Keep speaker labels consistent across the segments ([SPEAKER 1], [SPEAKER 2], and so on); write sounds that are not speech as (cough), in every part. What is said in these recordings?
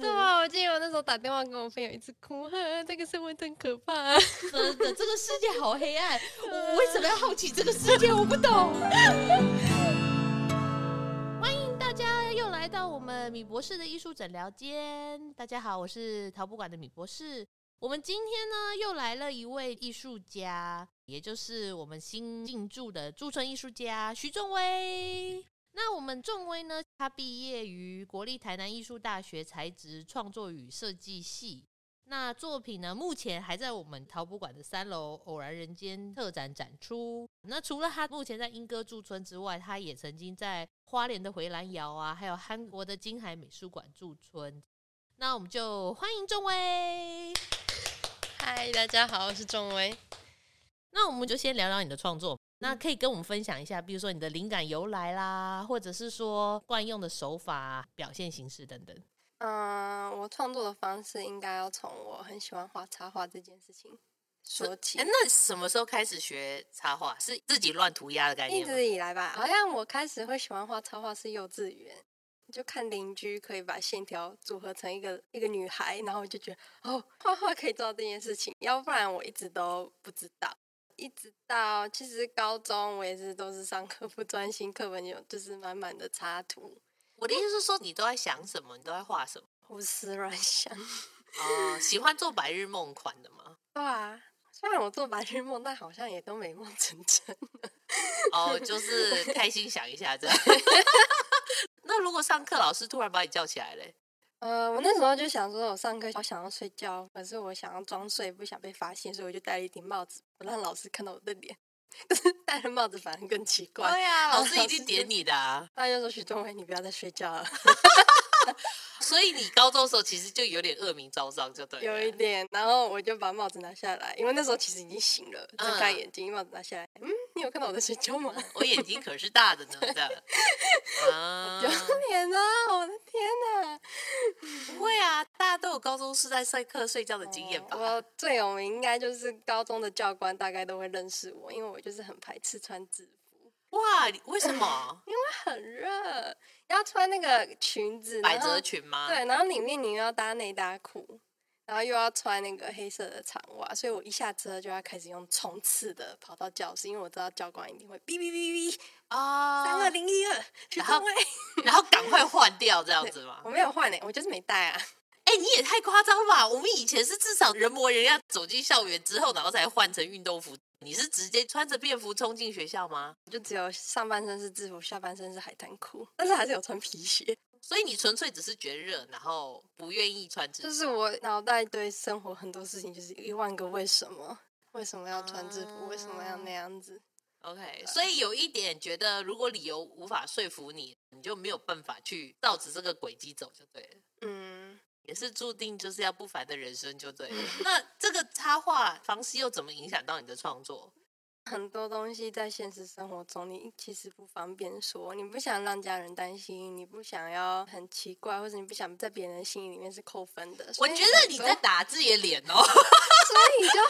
[SPEAKER 1] 啊候打电话跟我朋友一直哭， (laughs) 啊、这个社会真可怕、
[SPEAKER 2] 真的，这个世界好黑 (laughs) 暗，我为什么要好奇这个世界？我不懂。 (laughs) 欢迎大家又来到我们米博士的艺术诊疗间。大家好，我是陶博馆的米博士。我们今天呢，又来了一位艺术家，也就是我们新进驻的驻村艺术家徐仲威。那我们仲威呢，他毕业于国立台南艺术大学材质创作与设计系，那作品呢，目前还在我们陶博馆的三楼“偶然人间”特展展出。那除了他目前在英歌驻村之外，他也曾经在花莲的回蓝窑啊，还有韩国的金海美术馆驻村。那我们就欢迎仲威。
[SPEAKER 1] 嗨，大家好，我是仲威。嗯
[SPEAKER 2] 那我们就先聊聊你的创作。那可以跟我们分享一下，比如说你的灵感由来啦，或者是说惯用的手法、表现形式等等。
[SPEAKER 1] 嗯、我创作的方式应该要从我很喜欢画插画这件事情说起
[SPEAKER 3] 哎、。那什么时候开始学插画？是自己乱涂鸦的概
[SPEAKER 1] 一
[SPEAKER 3] 念吗？
[SPEAKER 1] 直以来吧，好像我开始会喜欢画插画是幼稚园，就看邻居可以把线条组合成一个一个女孩，然后我就觉得哦，画画可以做到这件事情，要不然我一直都不知道。一直到其实高中，我也是都是上课不专心，课本有就是满满的插图，
[SPEAKER 3] 我的意思是说，你都在想什么？你都在画什么？
[SPEAKER 1] 胡思乱想。
[SPEAKER 3] 哦、喜欢做白日梦款的吗？
[SPEAKER 1] 对啊，虽然我做白日梦，但好像也都美梦成真。 (laughs)
[SPEAKER 3] 哦、就是开心想一下这样。 (laughs) 那如果上课老师突然把你叫起来嘞，
[SPEAKER 1] 呃，我那时候就想说，我上课我想要睡觉，可是我想要装睡，不想被发现，所以我就戴了一顶帽子，不让老师看到我的脸。 (laughs) 可是戴了帽子反而更奇怪。
[SPEAKER 3] 呀老师
[SPEAKER 1] 啊老
[SPEAKER 3] 一
[SPEAKER 1] 师
[SPEAKER 3] 定点你的啊。
[SPEAKER 1] 他就说：“许宗伟，你不要再睡觉了， (laughs)
[SPEAKER 3] 所以你高中的时候其实就有点恶名昭彰，就对了。
[SPEAKER 1] 有一点。”然后我就把帽子拿下来，因为那时候其实已经醒了，睁开
[SPEAKER 3] 嗯
[SPEAKER 1] 眼睛，帽子拿下来，嗯，你有看到我在睡觉吗？ (laughs)
[SPEAKER 3] 我眼睛可是大的呢，这样。啊
[SPEAKER 1] 有，脸啊！我的天哪！
[SPEAKER 3] 不会啊，大家都有高中是在上课睡觉的经验吧？
[SPEAKER 1] 我最有名应该就是高中的教官，大概都会认识我，因为我就是很排斥穿制服。
[SPEAKER 3] 哇，你为什
[SPEAKER 1] (laughs)
[SPEAKER 3] 么
[SPEAKER 1] 很热，要穿那个裙子，
[SPEAKER 3] 百
[SPEAKER 1] 然后
[SPEAKER 3] 褶裙吗？
[SPEAKER 1] 对，然后里面你又要搭内搭裤，然后又要穿那个黑色的长袜，所以我一下车就要开始用冲刺的跑到教室，因为我知道教官一定会哔哔哔哔
[SPEAKER 3] 啊，
[SPEAKER 1] 三二零一二去
[SPEAKER 3] 然后
[SPEAKER 1] 工位，
[SPEAKER 3] 然后赶快换掉这样子吗
[SPEAKER 1] (laughs) 我？没有换呢、我就是没带啊。
[SPEAKER 3] 哎、你也太夸张了吧！我们以前是至少人模人样走进校园之后，然后才换成运动服。你是直接穿着便服冲进学校吗？
[SPEAKER 1] 就只有上半身是制服，下半身是海滩裤，但是还是有穿皮鞋。
[SPEAKER 3] 所以你纯粹只是觉得热，然后不愿意穿制
[SPEAKER 1] 就
[SPEAKER 3] 服。
[SPEAKER 1] 是我脑袋对生活很多事情就是一万个为什么，为什么要穿制服，为什么要
[SPEAKER 3] 啊
[SPEAKER 1] 那样子？
[SPEAKER 3] OK，所以有一点觉得，如果理由无法说服你，你就没有办法去照着这个轨迹走，就对了。
[SPEAKER 1] 嗯，
[SPEAKER 3] 也是注定就是要不凡的人生，就 (laughs) 对了。那这个插画方式又怎么影响到你的创作？
[SPEAKER 1] 很多东西在现实生活中，你其实不方便说，你不想让家人担心，你不想要很奇怪，或者你不想在别人的心里面是扣分的。所
[SPEAKER 3] 我
[SPEAKER 1] 以
[SPEAKER 3] 觉得
[SPEAKER 1] 很
[SPEAKER 3] 你
[SPEAKER 1] 多
[SPEAKER 3] 在，打自己的脸哦。
[SPEAKER 1] 所以就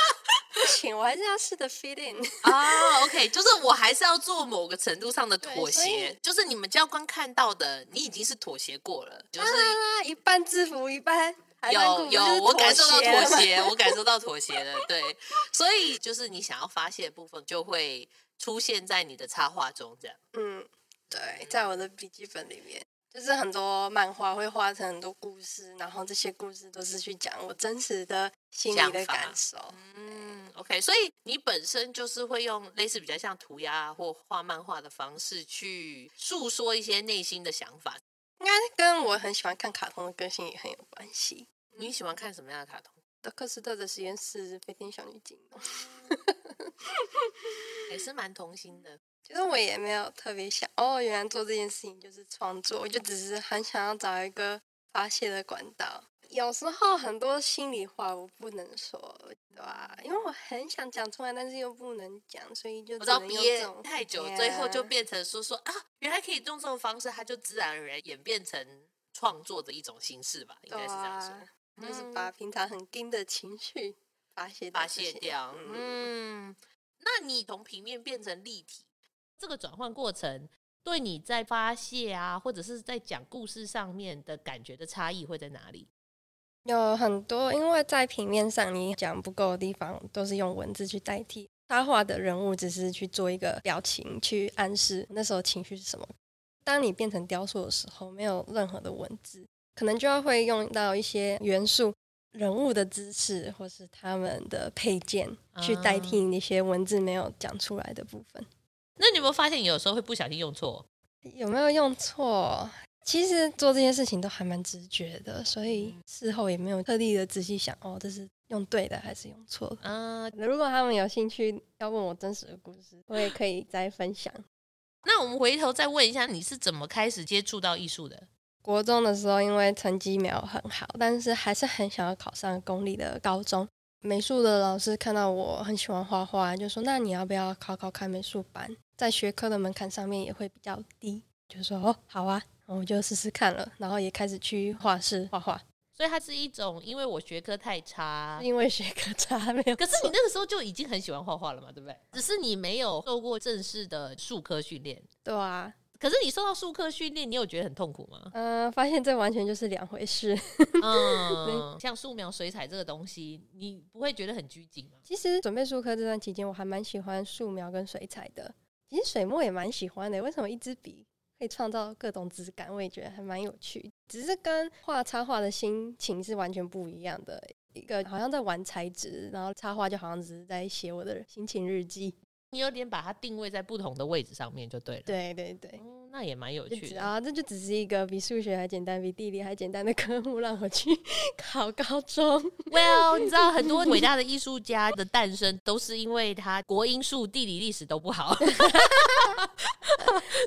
[SPEAKER 1] 不行，我还是要试着 fit
[SPEAKER 3] (laughs)
[SPEAKER 1] in。
[SPEAKER 3] 啊、o k 就是我还是要做某个程度上的妥
[SPEAKER 1] 对所以
[SPEAKER 3] 协，就是你们教官看到的，你已经是妥协过了，就是
[SPEAKER 1] 啊，一半制服，一半还算
[SPEAKER 3] 有
[SPEAKER 1] 酷
[SPEAKER 3] 有
[SPEAKER 1] 就是
[SPEAKER 3] 我感受到
[SPEAKER 1] 了
[SPEAKER 3] 妥
[SPEAKER 1] 嘛。
[SPEAKER 3] 协，我感受到妥协了，对，所以就是你想要发泄的部分就会出现在你的插画中，这样。
[SPEAKER 1] 嗯，对，在我的笔记本里面。就是很多漫画会画成很多故事，然后这些故事都是去讲我真实的心里的
[SPEAKER 3] 想法
[SPEAKER 1] 感受。
[SPEAKER 3] 嗯，OK，所以你本身就是会用类似比较像涂鸦或画漫画的方式去诉说一些内心的想法。
[SPEAKER 1] 应该跟我很喜欢看卡通的个性也很有关系。
[SPEAKER 3] 你喜欢看什么样的卡通？
[SPEAKER 1] 德克斯特的实验室飞天小女警。
[SPEAKER 3] 也是蛮童心的。
[SPEAKER 1] 其实我也没有特别想，哦，原来做这件事情就是创作，我就只是很想要找一个发泄的管道。有时候很多心里话我不能说，对吧、因为我很想讲出来，但是又不能讲，所以就
[SPEAKER 3] 我
[SPEAKER 1] 只
[SPEAKER 3] 知道
[SPEAKER 1] 能用这
[SPEAKER 3] 憋
[SPEAKER 1] 种
[SPEAKER 3] 太久，
[SPEAKER 1] 对
[SPEAKER 3] 最后就
[SPEAKER 1] 啊
[SPEAKER 3] 变成说说啊，原来可以用这种方式，它就自然而然演变成创作的一种形式吧，应
[SPEAKER 1] 对
[SPEAKER 3] 该是这样说，嗯
[SPEAKER 1] 啊，就是把平常很硬的情绪发泄
[SPEAKER 3] 发
[SPEAKER 1] 掉这
[SPEAKER 3] 泄
[SPEAKER 1] 些
[SPEAKER 3] 掉。
[SPEAKER 1] 嗯
[SPEAKER 3] 嗯，那你从平面变成立体，
[SPEAKER 2] 这个转换过程对你在发泄啊，或者是在讲故事上面的感觉的差异会在哪里？
[SPEAKER 1] 有很多，因为在平面上你讲不够的地方，都是用文字去代替。插画的人物只是去做一个表情，去暗示那时候情绪是什么。当你变成雕塑的时候，没有任何的文字，可能就要会用到一些元素、人物的姿势，或是他们的配件，去代替那些文字没有讲出来的部分。
[SPEAKER 3] 那你有没有发现，有时候会不小心用错？
[SPEAKER 1] 有没有用错？其实做这些事情都还蛮直觉的，所以事后也没有特地的仔细想哦，这是用对的还是用错的。
[SPEAKER 3] 嗯，
[SPEAKER 1] 如果他们有兴趣要问我真实的故事，我也可以再分享。
[SPEAKER 3] 那我们回头再问一下，你是怎么开始接触到艺术的？
[SPEAKER 1] 国中的时候，因为成绩没有很好，但是还是很想要考上公立的高中。美术的老师看到我很喜欢画画，就说：“那你要不要考考看美术班？在学科的门槛上面也会比较低。”就说：“哦，好啊。”然后我就试试看了，然后也开始去画室画画，
[SPEAKER 3] 所以它是一种，因为我学科太差
[SPEAKER 1] 是。因为学科差没有。
[SPEAKER 3] 可是你那个时候就已经很喜欢画画了嘛，对不对？只是你没有受过正式的术科训练。
[SPEAKER 1] (laughs) 对啊，？
[SPEAKER 3] 可是你受到术科训练，你有觉得很痛苦吗
[SPEAKER 1] (laughs) 嗯、发现这完全就是两回事。
[SPEAKER 3] 嗯，像素描、水彩这个东西，你不会觉得很拘谨吗？
[SPEAKER 1] 其实准备术科这段期间，我还蛮喜欢素描跟水彩的。其实水墨也蛮喜欢的，为什么一支笔可以创造各种质感？我也觉得还蛮有趣。只是跟画插画的心情是完全不一样的，一个好像在玩材质，然后插画就好像只是在写我的心情日记。
[SPEAKER 3] 你有点把它定位在不同的位置上面就对了。
[SPEAKER 1] 对对对，
[SPEAKER 3] 嗯，那也蛮有
[SPEAKER 1] 就
[SPEAKER 3] 趣
[SPEAKER 1] 只
[SPEAKER 3] 的。
[SPEAKER 1] 啊，这就只是一个比数学还简单、比地理还简单的科目，让我去 (laughs) 考高中。
[SPEAKER 3] well，你知道很多伟大的艺术家的诞生都是因为他国英数、地理、历史都不好。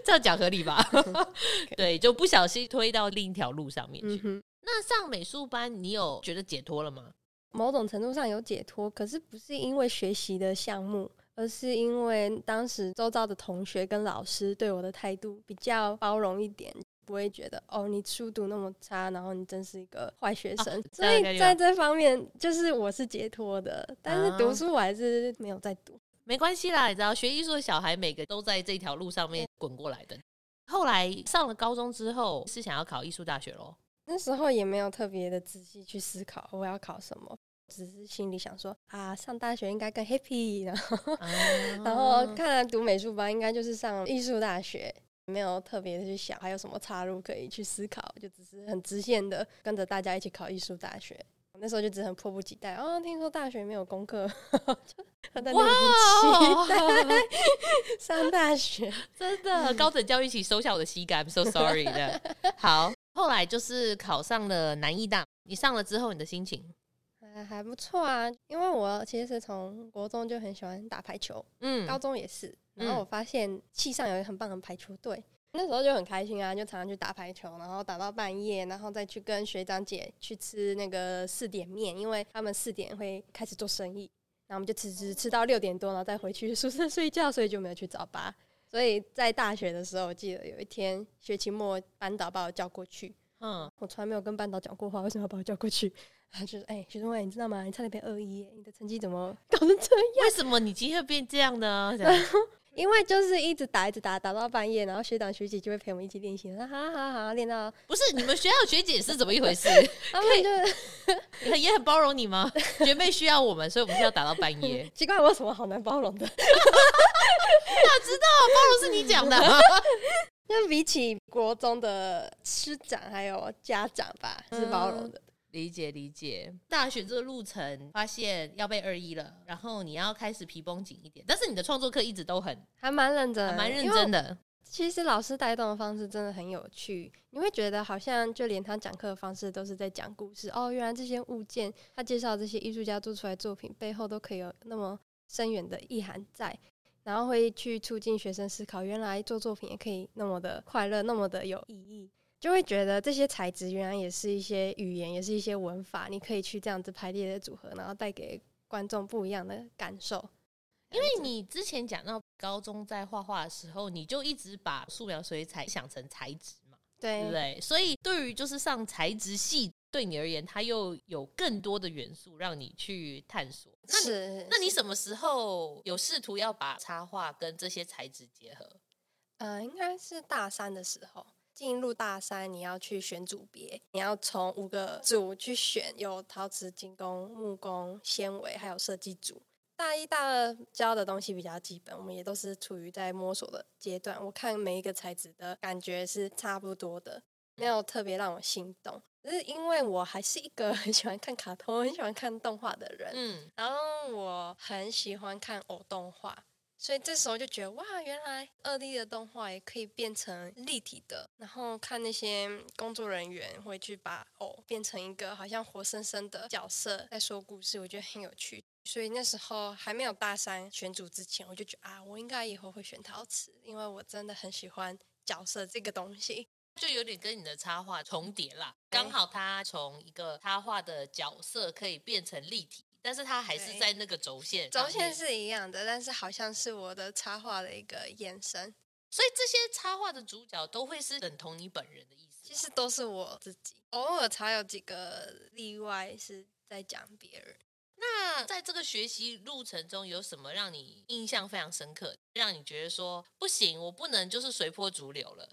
[SPEAKER 3] 这样讲合理吧？对，就不小心推到另一条路上面
[SPEAKER 1] 嗯
[SPEAKER 3] 去。
[SPEAKER 1] 哼。
[SPEAKER 3] 那上美术班，你有觉得解脱了吗？
[SPEAKER 1] 某种程度上有解脱，可是不是因为学习的项目，而是因为当时周遭的同学跟老师对我的态度比较包容一点，不会觉得哦你书读那么差，然后你真是一个坏学生。
[SPEAKER 3] 啊这
[SPEAKER 1] 所
[SPEAKER 3] 样
[SPEAKER 1] 以
[SPEAKER 3] 概念
[SPEAKER 1] 在这方面，就是我是解脱的，但是读书我还是没有在读。
[SPEAKER 3] 没关系啦，你知道学艺术的小孩每个都在这条路上面滚过来的。后来上了高中之后，是想要考艺术大学咯。
[SPEAKER 1] 那时候也没有特别的仔细去思考我要考什么，只是心里想说啊，上大学应该更 happy，然后
[SPEAKER 3] (laughs) 啊
[SPEAKER 1] 然后
[SPEAKER 3] 哦
[SPEAKER 1] 看来读美术班应该就是上艺术大学，没有特别的去想还有什么岔路可以去思考，就只是很直线的跟着大家一起考艺术大学。那时候就只是很迫不及待哦，听说大学没有功课， (laughs) 就很在那
[SPEAKER 3] 哇
[SPEAKER 1] 不
[SPEAKER 3] 哦
[SPEAKER 1] 及待 (laughs) 上大学。
[SPEAKER 3] (laughs) 真的，高等教育请收下我的膝盖，I'm so sorry 的。好，后来就是考上了南艺大，你上了之后，你的心情，
[SPEAKER 1] 呃还不错啊，因为我其实从国中就很喜欢打排球，
[SPEAKER 3] 嗯，
[SPEAKER 1] 高中也是。然
[SPEAKER 3] 嗯
[SPEAKER 1] 后我发现系上有一个很棒的排球队，那时候就很开心啊，就常常去打排球，然后打到半夜，然后再去跟学长姐去吃那个四点面，因为他们四点会开始做生意，然后我们就吃吃吃到六点多，然后再回去宿舍睡觉，所以就没有去早八。所以在大学的时候，我记得有一天学期末班导把我叫过去，
[SPEAKER 3] 嗯，
[SPEAKER 1] 我从来没有跟班导讲过话，为什么要把我叫过去？ (laughs) 他就说：“哎、学生会，你知道吗？你差点被恶意，你的成绩怎么搞成这样？”
[SPEAKER 3] 为什么你今天会变这样呢？这样
[SPEAKER 1] 因为就是一直打，一直打，打到半夜，然后学长学姐就会陪我们一起练习，然后哈哈哈练
[SPEAKER 3] (laughs)
[SPEAKER 1] 到
[SPEAKER 3] 不是你们学校学姐是怎么一回事？
[SPEAKER 1] 他们就
[SPEAKER 3] (laughs) 也很包容你吗？学妹需要我们，所以我们是要打到半夜。
[SPEAKER 1] (laughs) 奇怪，我有什么好难包容的？
[SPEAKER 3] (laughs)
[SPEAKER 1] (laughs)
[SPEAKER 3] 包容是你讲的，
[SPEAKER 1] 那比起国中的师长还有家长吧，是包容的。
[SPEAKER 3] (laughs) 理解理解。大学这个路程，发现要被二一了，然后你要开始皮绷紧一点，但是你的创作课一直都很
[SPEAKER 1] 还蛮认真的，
[SPEAKER 3] 还蛮认
[SPEAKER 1] 因为
[SPEAKER 3] 真的。
[SPEAKER 1] 其实老师带动的方式真的很有趣，你会觉得好像就连他讲课的方式都是在讲故事哦。原来这些物件，他介绍这些艺术家做出来的作品背后都可以有那么深远的意涵在，然后会去促进学生思考，原来做作品也可以那么的快乐，那么的有意义，就会觉得这些材质原来也是一些语言，也是一些文法，你可以去这样子排列的组合，然后带给观众不一样的感受。
[SPEAKER 3] 因为你之前讲到高中在画画的时候，你就一直把素描、水彩想成材质嘛，对不
[SPEAKER 1] 对
[SPEAKER 3] 对？所以对于就是上材质系，对你而言，它又有更多的元素让你去探索。那你
[SPEAKER 1] 是
[SPEAKER 3] 那你什么时候有试图要把插画跟这些材质结合？
[SPEAKER 1] 呃，应该是大三的时候，进入大三，你要去选组别，你要从五个组去选，有陶瓷、精工、木工、纤维，还有设计组。大一、大二教的东西比较基本，我们也都是处于在摸索的阶段。我看每一个材质的感觉是差不多的，没有特别让我心动。只是因为我还是一个 (laughs) 很喜欢看卡通、很喜欢看动画的人，
[SPEAKER 3] 嗯，
[SPEAKER 1] 然后我很喜欢看偶动画，所以这时候就觉得哇，原来二 D 的动画也可以变成立体的。然后看那些工作人员会去把偶变成一个好像活生生的角色在说故事，我觉得很有趣。所以那时候还没有大三选组之前，我就觉得啊，我应该以后会选陶瓷，因为我真的很喜欢角色这个东西。
[SPEAKER 3] 就有点跟你的插画重叠啦。刚好他从一个插画的角色可以变成立体，但是他还是
[SPEAKER 1] 对
[SPEAKER 3] 在那个轴线上
[SPEAKER 1] 轴线
[SPEAKER 3] 面。
[SPEAKER 1] 是一样的，但是好像是我的插画的一个延伸，
[SPEAKER 3] 所以这些插画的主角都会是等同你本人的意思
[SPEAKER 1] 其。实都是我自己，偶尔才有几个例外是在讲别人。
[SPEAKER 3] 那在这个学习路程中，有什么让你印象非常深刻，让你觉得说不行，我不能就是随波逐流了？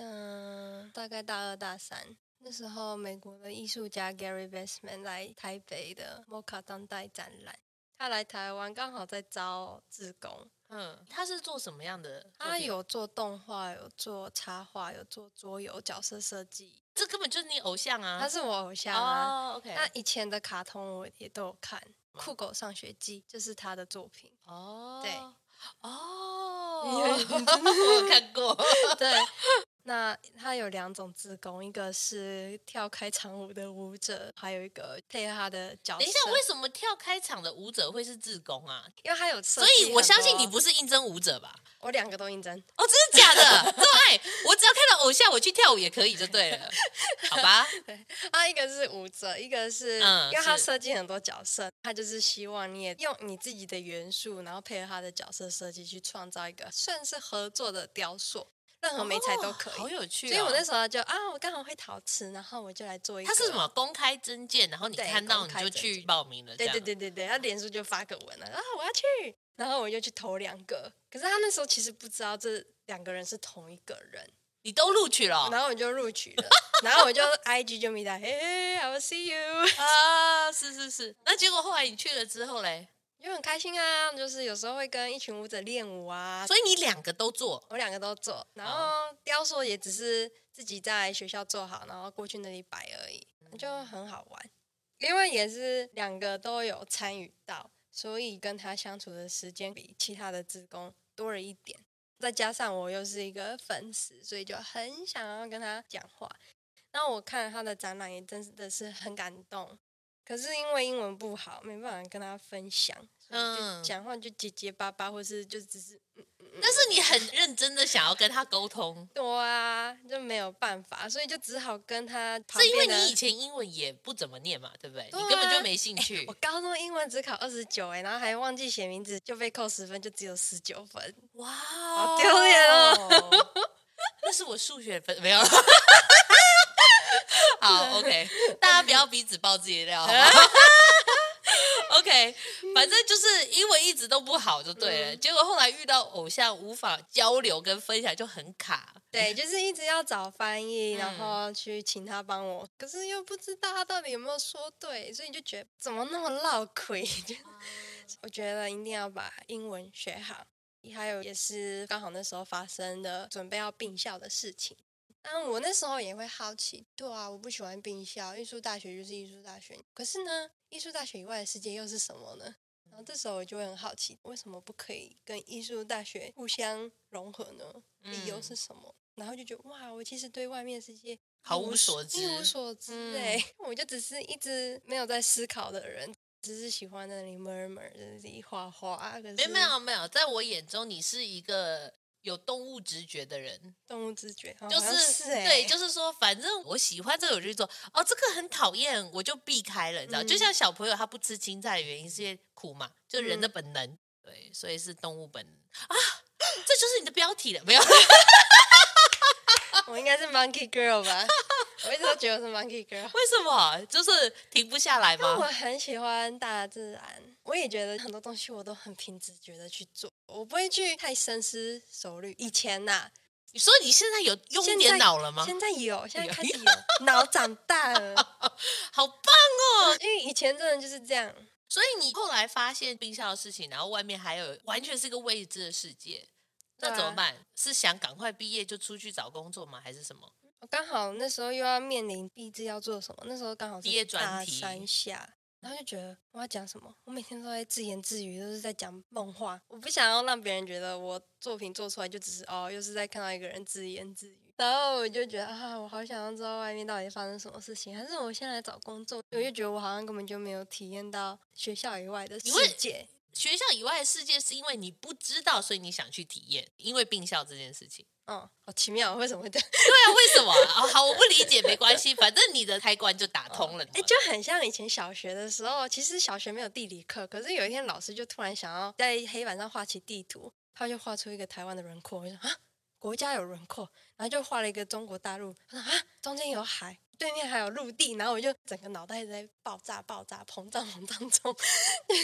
[SPEAKER 1] 嗯、大概大二大三那时候，美国的艺术家 Gary Basman 来台北的 MoCA 当代展览，他来台湾刚好在招志工，
[SPEAKER 3] 嗯，他是做什么样的作品？
[SPEAKER 1] 他有做动画，有做插画，有做桌游角色设计，
[SPEAKER 3] 这根本就是你偶像啊！
[SPEAKER 1] 他是我偶像啊。
[SPEAKER 3] 哦，OK，
[SPEAKER 1] 那以前的卡通我也都有看，《酷狗上学记》就是他的作品。
[SPEAKER 3] 哦，
[SPEAKER 1] 对，
[SPEAKER 3] (laughs) 哦，我看
[SPEAKER 1] (laughs)
[SPEAKER 3] 过，
[SPEAKER 1] 对，那他有两种自工，一个是跳开场舞的舞者，还有一个配合他的角色。
[SPEAKER 3] 等一下，为什么跳开场的舞者会是自工啊？
[SPEAKER 1] 因为他有设
[SPEAKER 3] 所
[SPEAKER 1] 计很多，
[SPEAKER 3] 以我相信你不是应征舞者吧？
[SPEAKER 1] 我两个都应征。
[SPEAKER 3] 哦，真的
[SPEAKER 1] (laughs)
[SPEAKER 3] 假的？这么爱，我只要看到偶像，我去跳舞也可以，就对了，好吧？
[SPEAKER 1] 他啊一个是舞者，一个是、
[SPEAKER 3] 嗯
[SPEAKER 1] 因为他
[SPEAKER 3] 是
[SPEAKER 1] 设计很多角色，他就是希望你也用你自己的元素，然后配合他的角色设计去创造一个算是合作的雕塑，任何媒材都可
[SPEAKER 3] 哦
[SPEAKER 1] 以。
[SPEAKER 3] 好有趣、哦。
[SPEAKER 1] 所以我那时候就啊，我刚好会陶瓷，然后我就来做一个。
[SPEAKER 3] 他是什？么公开征件，然后你
[SPEAKER 1] 对
[SPEAKER 3] 看到
[SPEAKER 1] 公
[SPEAKER 3] 你
[SPEAKER 1] 开
[SPEAKER 3] 就
[SPEAKER 1] 征
[SPEAKER 3] 去
[SPEAKER 1] 件
[SPEAKER 3] 报名了，
[SPEAKER 1] 对
[SPEAKER 3] 这
[SPEAKER 1] 对
[SPEAKER 3] 样
[SPEAKER 1] 对对对，他脸书就发个文了啊，我要去，然后我就去投两个，可是他那时候其实不知道这两个人是同一个人，
[SPEAKER 3] 你都录取了哦
[SPEAKER 1] 然后我就录取了，然后我就 IG 就密他，嘿嘿，I will see you，
[SPEAKER 3] 啊？是是是，那结果后来你去了之后嘞，
[SPEAKER 1] 就很开心啊，就是有时候会跟一群舞者练舞啊，
[SPEAKER 3] 所以你两个都做，
[SPEAKER 1] 我两个都做，然后雕塑也只是自己在学校做好，然后过去那里摆而已，就很好玩。因为也是两个都有参与到，所以跟他相处的时间比其他的职工多了一点。再加上我又是一个粉丝，所以就很想要跟他讲话。然后我看他的展览也真的是很感动，可是因为英文不好，没办法跟他分享，所以
[SPEAKER 3] 嗯
[SPEAKER 1] 就讲话就结结巴巴，或是就只是
[SPEAKER 3] 但是你很认真的想要跟他沟通，
[SPEAKER 1] 对啊，就没有办法，所以就只好跟他旁
[SPEAKER 3] 是因为
[SPEAKER 1] 边的。
[SPEAKER 3] 你以前英文也不怎么念嘛，对不对？
[SPEAKER 1] 对啊哎
[SPEAKER 3] 你根本就没兴趣
[SPEAKER 1] 我。高中英文只考二十九哎，然后还忘记写名字，就被扣十分，就只有十九分。
[SPEAKER 3] 哇，
[SPEAKER 1] 好丢脸
[SPEAKER 3] 哦！ (laughs) 那是我数学分没有。 (laughs) 好，OK，大家不要彼此爆自己的料。好吗 (laughs) OK，反正就是英文一直都不好就对
[SPEAKER 1] 嗯
[SPEAKER 3] 了，结果后来遇到偶像无法交流跟分享就很卡。
[SPEAKER 1] 对，就是一直要找翻译，
[SPEAKER 3] 嗯
[SPEAKER 1] 然后去请他帮我，可是又不知道他到底有没有说对，所以就觉得怎么那么绕亏。 (laughs) 就我觉得一定要把英文学好，还有也是刚好那时候发生的准备要并校的事情。但我那时候也会好奇，对啊，我不喜欢并校，艺术大学就是艺术大学，可是呢，艺术大学以外的世界又是什么呢？然后这时候我就会很好奇，为什么不可以跟艺术大学互相融合呢？理由
[SPEAKER 3] 嗯
[SPEAKER 1] 是什么？然后就觉得哇，我其实对外面的世界
[SPEAKER 3] 毫
[SPEAKER 1] 一
[SPEAKER 3] 无所
[SPEAKER 1] 一无
[SPEAKER 3] 知嗯
[SPEAKER 1] 所知哎、 (laughs) 我就只是一直没有在思考的人，只是喜欢在那里 murmur，在那里画画。可
[SPEAKER 3] 没
[SPEAKER 1] 是
[SPEAKER 3] 有没有没有，在我眼中你是一个有动物直觉的人，
[SPEAKER 1] 动物直觉，哦
[SPEAKER 3] 就
[SPEAKER 1] 好像
[SPEAKER 3] 是
[SPEAKER 1] 哎、
[SPEAKER 3] 对，就是说，反正我喜欢这个，我就做。哦，这个很讨厌，我就避开了，你知道？就
[SPEAKER 1] 嗯
[SPEAKER 3] 像小朋友他不吃青菜的原因是因为苦嘛，就人的
[SPEAKER 1] 嗯
[SPEAKER 3] 本能。对，所以是动物本能啊，这就是你的标题了，没有？ (laughs)
[SPEAKER 1] 我应该是 monkey girl 吧？我一直都觉得我是 monkey
[SPEAKER 3] (laughs)
[SPEAKER 1] girl。
[SPEAKER 3] 为什么？就是停不下来
[SPEAKER 1] 因为我
[SPEAKER 3] 吗？
[SPEAKER 1] 很喜欢大自然，我也觉得很多东西我都很凭直觉的去做，我不会去太深思熟虑。以前呐、
[SPEAKER 3] 所以你现在有用一点脑了吗？
[SPEAKER 1] 现在有，现在开始有，脑长大了。
[SPEAKER 3] 好棒哦！
[SPEAKER 1] 因为以前真的就是这样，
[SPEAKER 3] 所以你后来发现冰箱的事情，然后外面还有完全是个未知的世界，那
[SPEAKER 1] 啊
[SPEAKER 3] 怎么办？是想赶快毕业就出去找工作吗？还是什么？
[SPEAKER 1] 我刚好那时候又要面临毕制要做什么，那时候刚好是
[SPEAKER 3] 毕业专
[SPEAKER 1] 大
[SPEAKER 3] 题
[SPEAKER 1] 三下，然后就觉得我要讲什么，我每天都在自言自语，都是在讲梦话，我不想要让别人觉得我作品做出来就只是哦，又是在看到一个人自言自语。然后我就觉得啊，我好想要知道外面到底发生什么事情，还是我先来找工作。我就觉得我好像根本就没有体验到学校以外的世
[SPEAKER 3] 你会
[SPEAKER 1] 界。
[SPEAKER 3] 学校以外的世界是因为你不知道，所以你想去体验，因为并校这件
[SPEAKER 1] (laughs)
[SPEAKER 3] 事情。
[SPEAKER 1] 嗯，好奇妙，为什么会这样？
[SPEAKER 3] 对啊，为什么啊？哦好，我不理解，没关系，反正你的开关就打通了。
[SPEAKER 1] 哎、
[SPEAKER 3] (laughs)
[SPEAKER 1] 就很像以前小学的时候，其实小学没有地理课，可是有一天老师就突然想要在黑板上画起地图，他就画出一个台湾的轮廓，我就说啊，国家有轮廓，然后就画了一个中国大陆，他说啊，中间有海。对面还有陆地，然后我就整个脑袋一直在爆炸、爆炸、膨胀、膨胀
[SPEAKER 3] (laughs)
[SPEAKER 1] 中，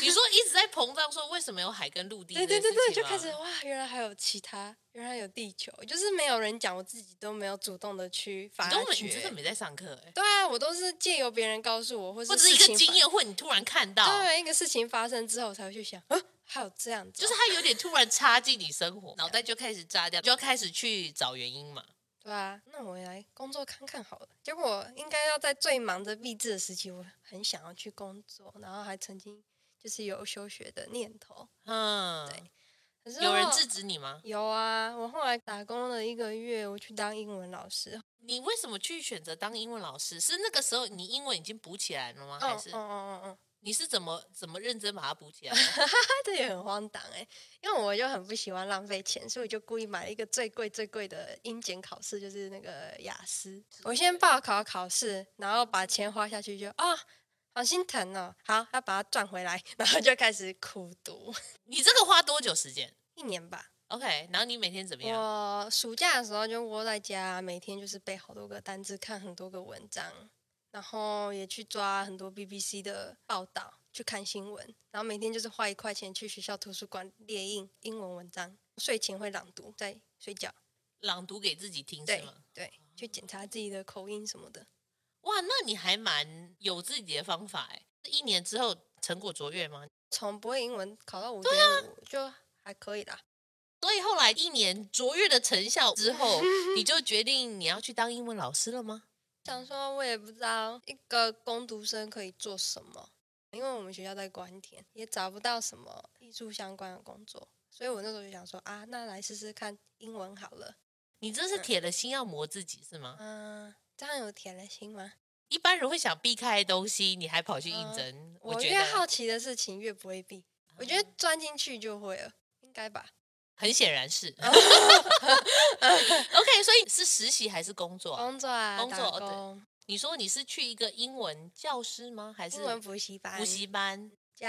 [SPEAKER 3] 你说一直在膨胀，说为什么有海跟陆地
[SPEAKER 1] 对对
[SPEAKER 3] 这件事
[SPEAKER 1] 对
[SPEAKER 3] 情吗？
[SPEAKER 1] 对，就开
[SPEAKER 3] 啊
[SPEAKER 1] 始哇，原来还有其他，原来有地球，就是没有人讲，我自己都没有主动的去发
[SPEAKER 3] 你
[SPEAKER 1] 掘
[SPEAKER 3] 都没，。你真的没在上课哎、
[SPEAKER 1] 对啊，我都是借由别人告诉我，或是
[SPEAKER 3] 或者是一
[SPEAKER 1] 事
[SPEAKER 3] 个
[SPEAKER 1] 情
[SPEAKER 3] 经
[SPEAKER 1] 发
[SPEAKER 3] 验，或你突然看到，
[SPEAKER 1] 对，一个事情发生之后才会去想，啊，还有这样子
[SPEAKER 3] 就
[SPEAKER 1] 哦，
[SPEAKER 3] 是他有点突然插进你生
[SPEAKER 1] (laughs)
[SPEAKER 3] 活，脑袋就开始炸掉，就要开始去找原因嘛。
[SPEAKER 1] 对啊，那我也来工作看看好了。结果应该要在最忙着励志的时期，我很想要去工作，然后还曾经就是有休学的念头。
[SPEAKER 3] 嗯，
[SPEAKER 1] 可是
[SPEAKER 3] 有人
[SPEAKER 1] 后
[SPEAKER 3] 制止你吗？
[SPEAKER 1] 有啊，我后来打工了一个月，我去当英文老师。
[SPEAKER 3] 你为什么去选择当英文老师？是那个时候你英文已经补起来了吗？
[SPEAKER 1] 嗯
[SPEAKER 3] 哦还
[SPEAKER 1] 嗯
[SPEAKER 3] 是
[SPEAKER 1] 嗯嗯嗯，
[SPEAKER 3] 你是怎么怎么认真把它补起来的？ (laughs)
[SPEAKER 1] 他这也很荒唐哎、因为我就很不喜欢浪费钱，所以我就故意买了一个最贵最贵的英检考试，就是那个雅思。我先报考考试，然后把钱花下去就，啊，好心疼哦，好要把它赚回来， (laughs) 然后就开始苦读
[SPEAKER 3] 你这个花多久时间
[SPEAKER 1] 一年吧。
[SPEAKER 3] ？OK，然后你每天怎么样？
[SPEAKER 1] 我暑假的时候就窝在家，每天就是背好多个单字，看很多个文章，然后也去抓很多 BBC 的报道，去看新闻，然后每天就是花一块钱去学校图书馆列印英文文章，睡前会朗读，在睡觉，
[SPEAKER 3] 朗读给自己听是
[SPEAKER 1] 对
[SPEAKER 3] 吗？
[SPEAKER 1] 对，去检查自己的口音什么的。
[SPEAKER 3] 哇，那你还蛮有自己的方法哎、一年之后成果卓越吗？
[SPEAKER 1] 从不会英文考到五点
[SPEAKER 3] 啊
[SPEAKER 1] 五，就还可以啦。
[SPEAKER 3] 所以后来一年卓越的成效之后，你就决定你要去当英文老师了吗？
[SPEAKER 1] 想说，我也不知道一个工读生可以做什么，因为我们学校在关田，也找不到什么艺术相关的工作，所以我那时候就想说啊，那来试试看英文好了。
[SPEAKER 3] 你这是铁了心要磨自己是吗？
[SPEAKER 1] 嗯、这样有铁了心吗？
[SPEAKER 3] 一般人会想避开的东西，你还跑去应征，
[SPEAKER 1] 呃我
[SPEAKER 3] 觉
[SPEAKER 1] 越好
[SPEAKER 3] 得嗯
[SPEAKER 1] 奇的事情越不会避，我觉得钻进去就会了，应该吧？
[SPEAKER 3] 很显
[SPEAKER 1] (laughs)
[SPEAKER 3] 然是。OK，所以是实习还是工作啊？
[SPEAKER 1] 工作啊，
[SPEAKER 3] 工作
[SPEAKER 1] 打
[SPEAKER 3] 对
[SPEAKER 1] 工，
[SPEAKER 3] 你说你是去一个英文教师吗？还是
[SPEAKER 1] 英文补习班，
[SPEAKER 3] 补习班？
[SPEAKER 1] 教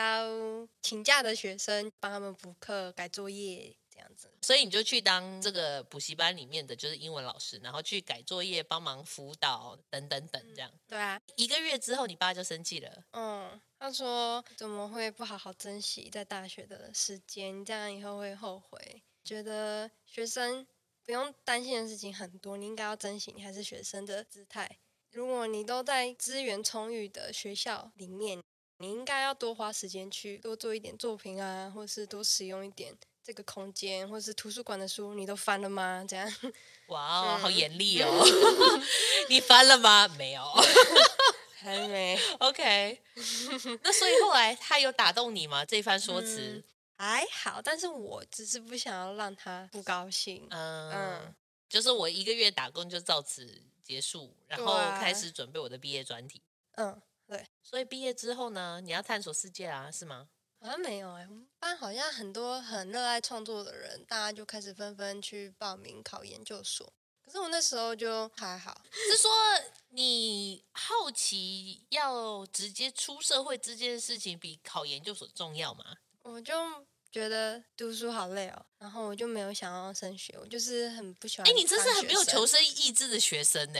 [SPEAKER 1] 请假的学生，帮他们补课、改作业这样子。
[SPEAKER 3] 所以你就去当这个补习班里面的就是英文老师，然后去改作业、帮忙辅导等等等这样。
[SPEAKER 1] 对啊，
[SPEAKER 3] 一个月之后，你爸就生气了。
[SPEAKER 1] 嗯，他说怎么会不好好珍惜在大学的时间？这样以后会后悔。觉得学生不用担心的事情很多，你应该要珍惜你还是学生的姿态。如果你都在资源充裕的学校里面，你应该要多花时间去多做一点作品啊，或是多使用一点这个空间，或是图书馆的书，你都翻了吗？这样
[SPEAKER 3] 哇哦，
[SPEAKER 1] 嗯
[SPEAKER 3] 好严厉哦！ (laughs) 你翻了吗？没有。
[SPEAKER 1] 还没
[SPEAKER 3] OK，那所以后来他有打动你吗？这一番说辞，
[SPEAKER 1] (laughs) 还好，但是我只是不想要让他不高兴。
[SPEAKER 3] 嗯，
[SPEAKER 1] 嗯
[SPEAKER 3] 就是我一个月打工就到此结束，然
[SPEAKER 1] 对
[SPEAKER 3] 后
[SPEAKER 1] 啊
[SPEAKER 3] 开始准备我的毕业专题。
[SPEAKER 1] 嗯，
[SPEAKER 3] 所以毕业之后呢，你要探索世界啊，是吗？
[SPEAKER 1] 好像没有哎、我们班好像很多很热爱创作的人，大家就开始纷纷去报名考研究所。可是我那时候就还好，
[SPEAKER 3] 是说你好奇要直接出社会这件事情比考研究所重要吗？
[SPEAKER 1] 我就觉得读书好累哦，然后我就没有想要升学，我就是很不喜欢
[SPEAKER 3] 哎、
[SPEAKER 1] 当学生。
[SPEAKER 3] 你真是很没有求生意志的学生呢、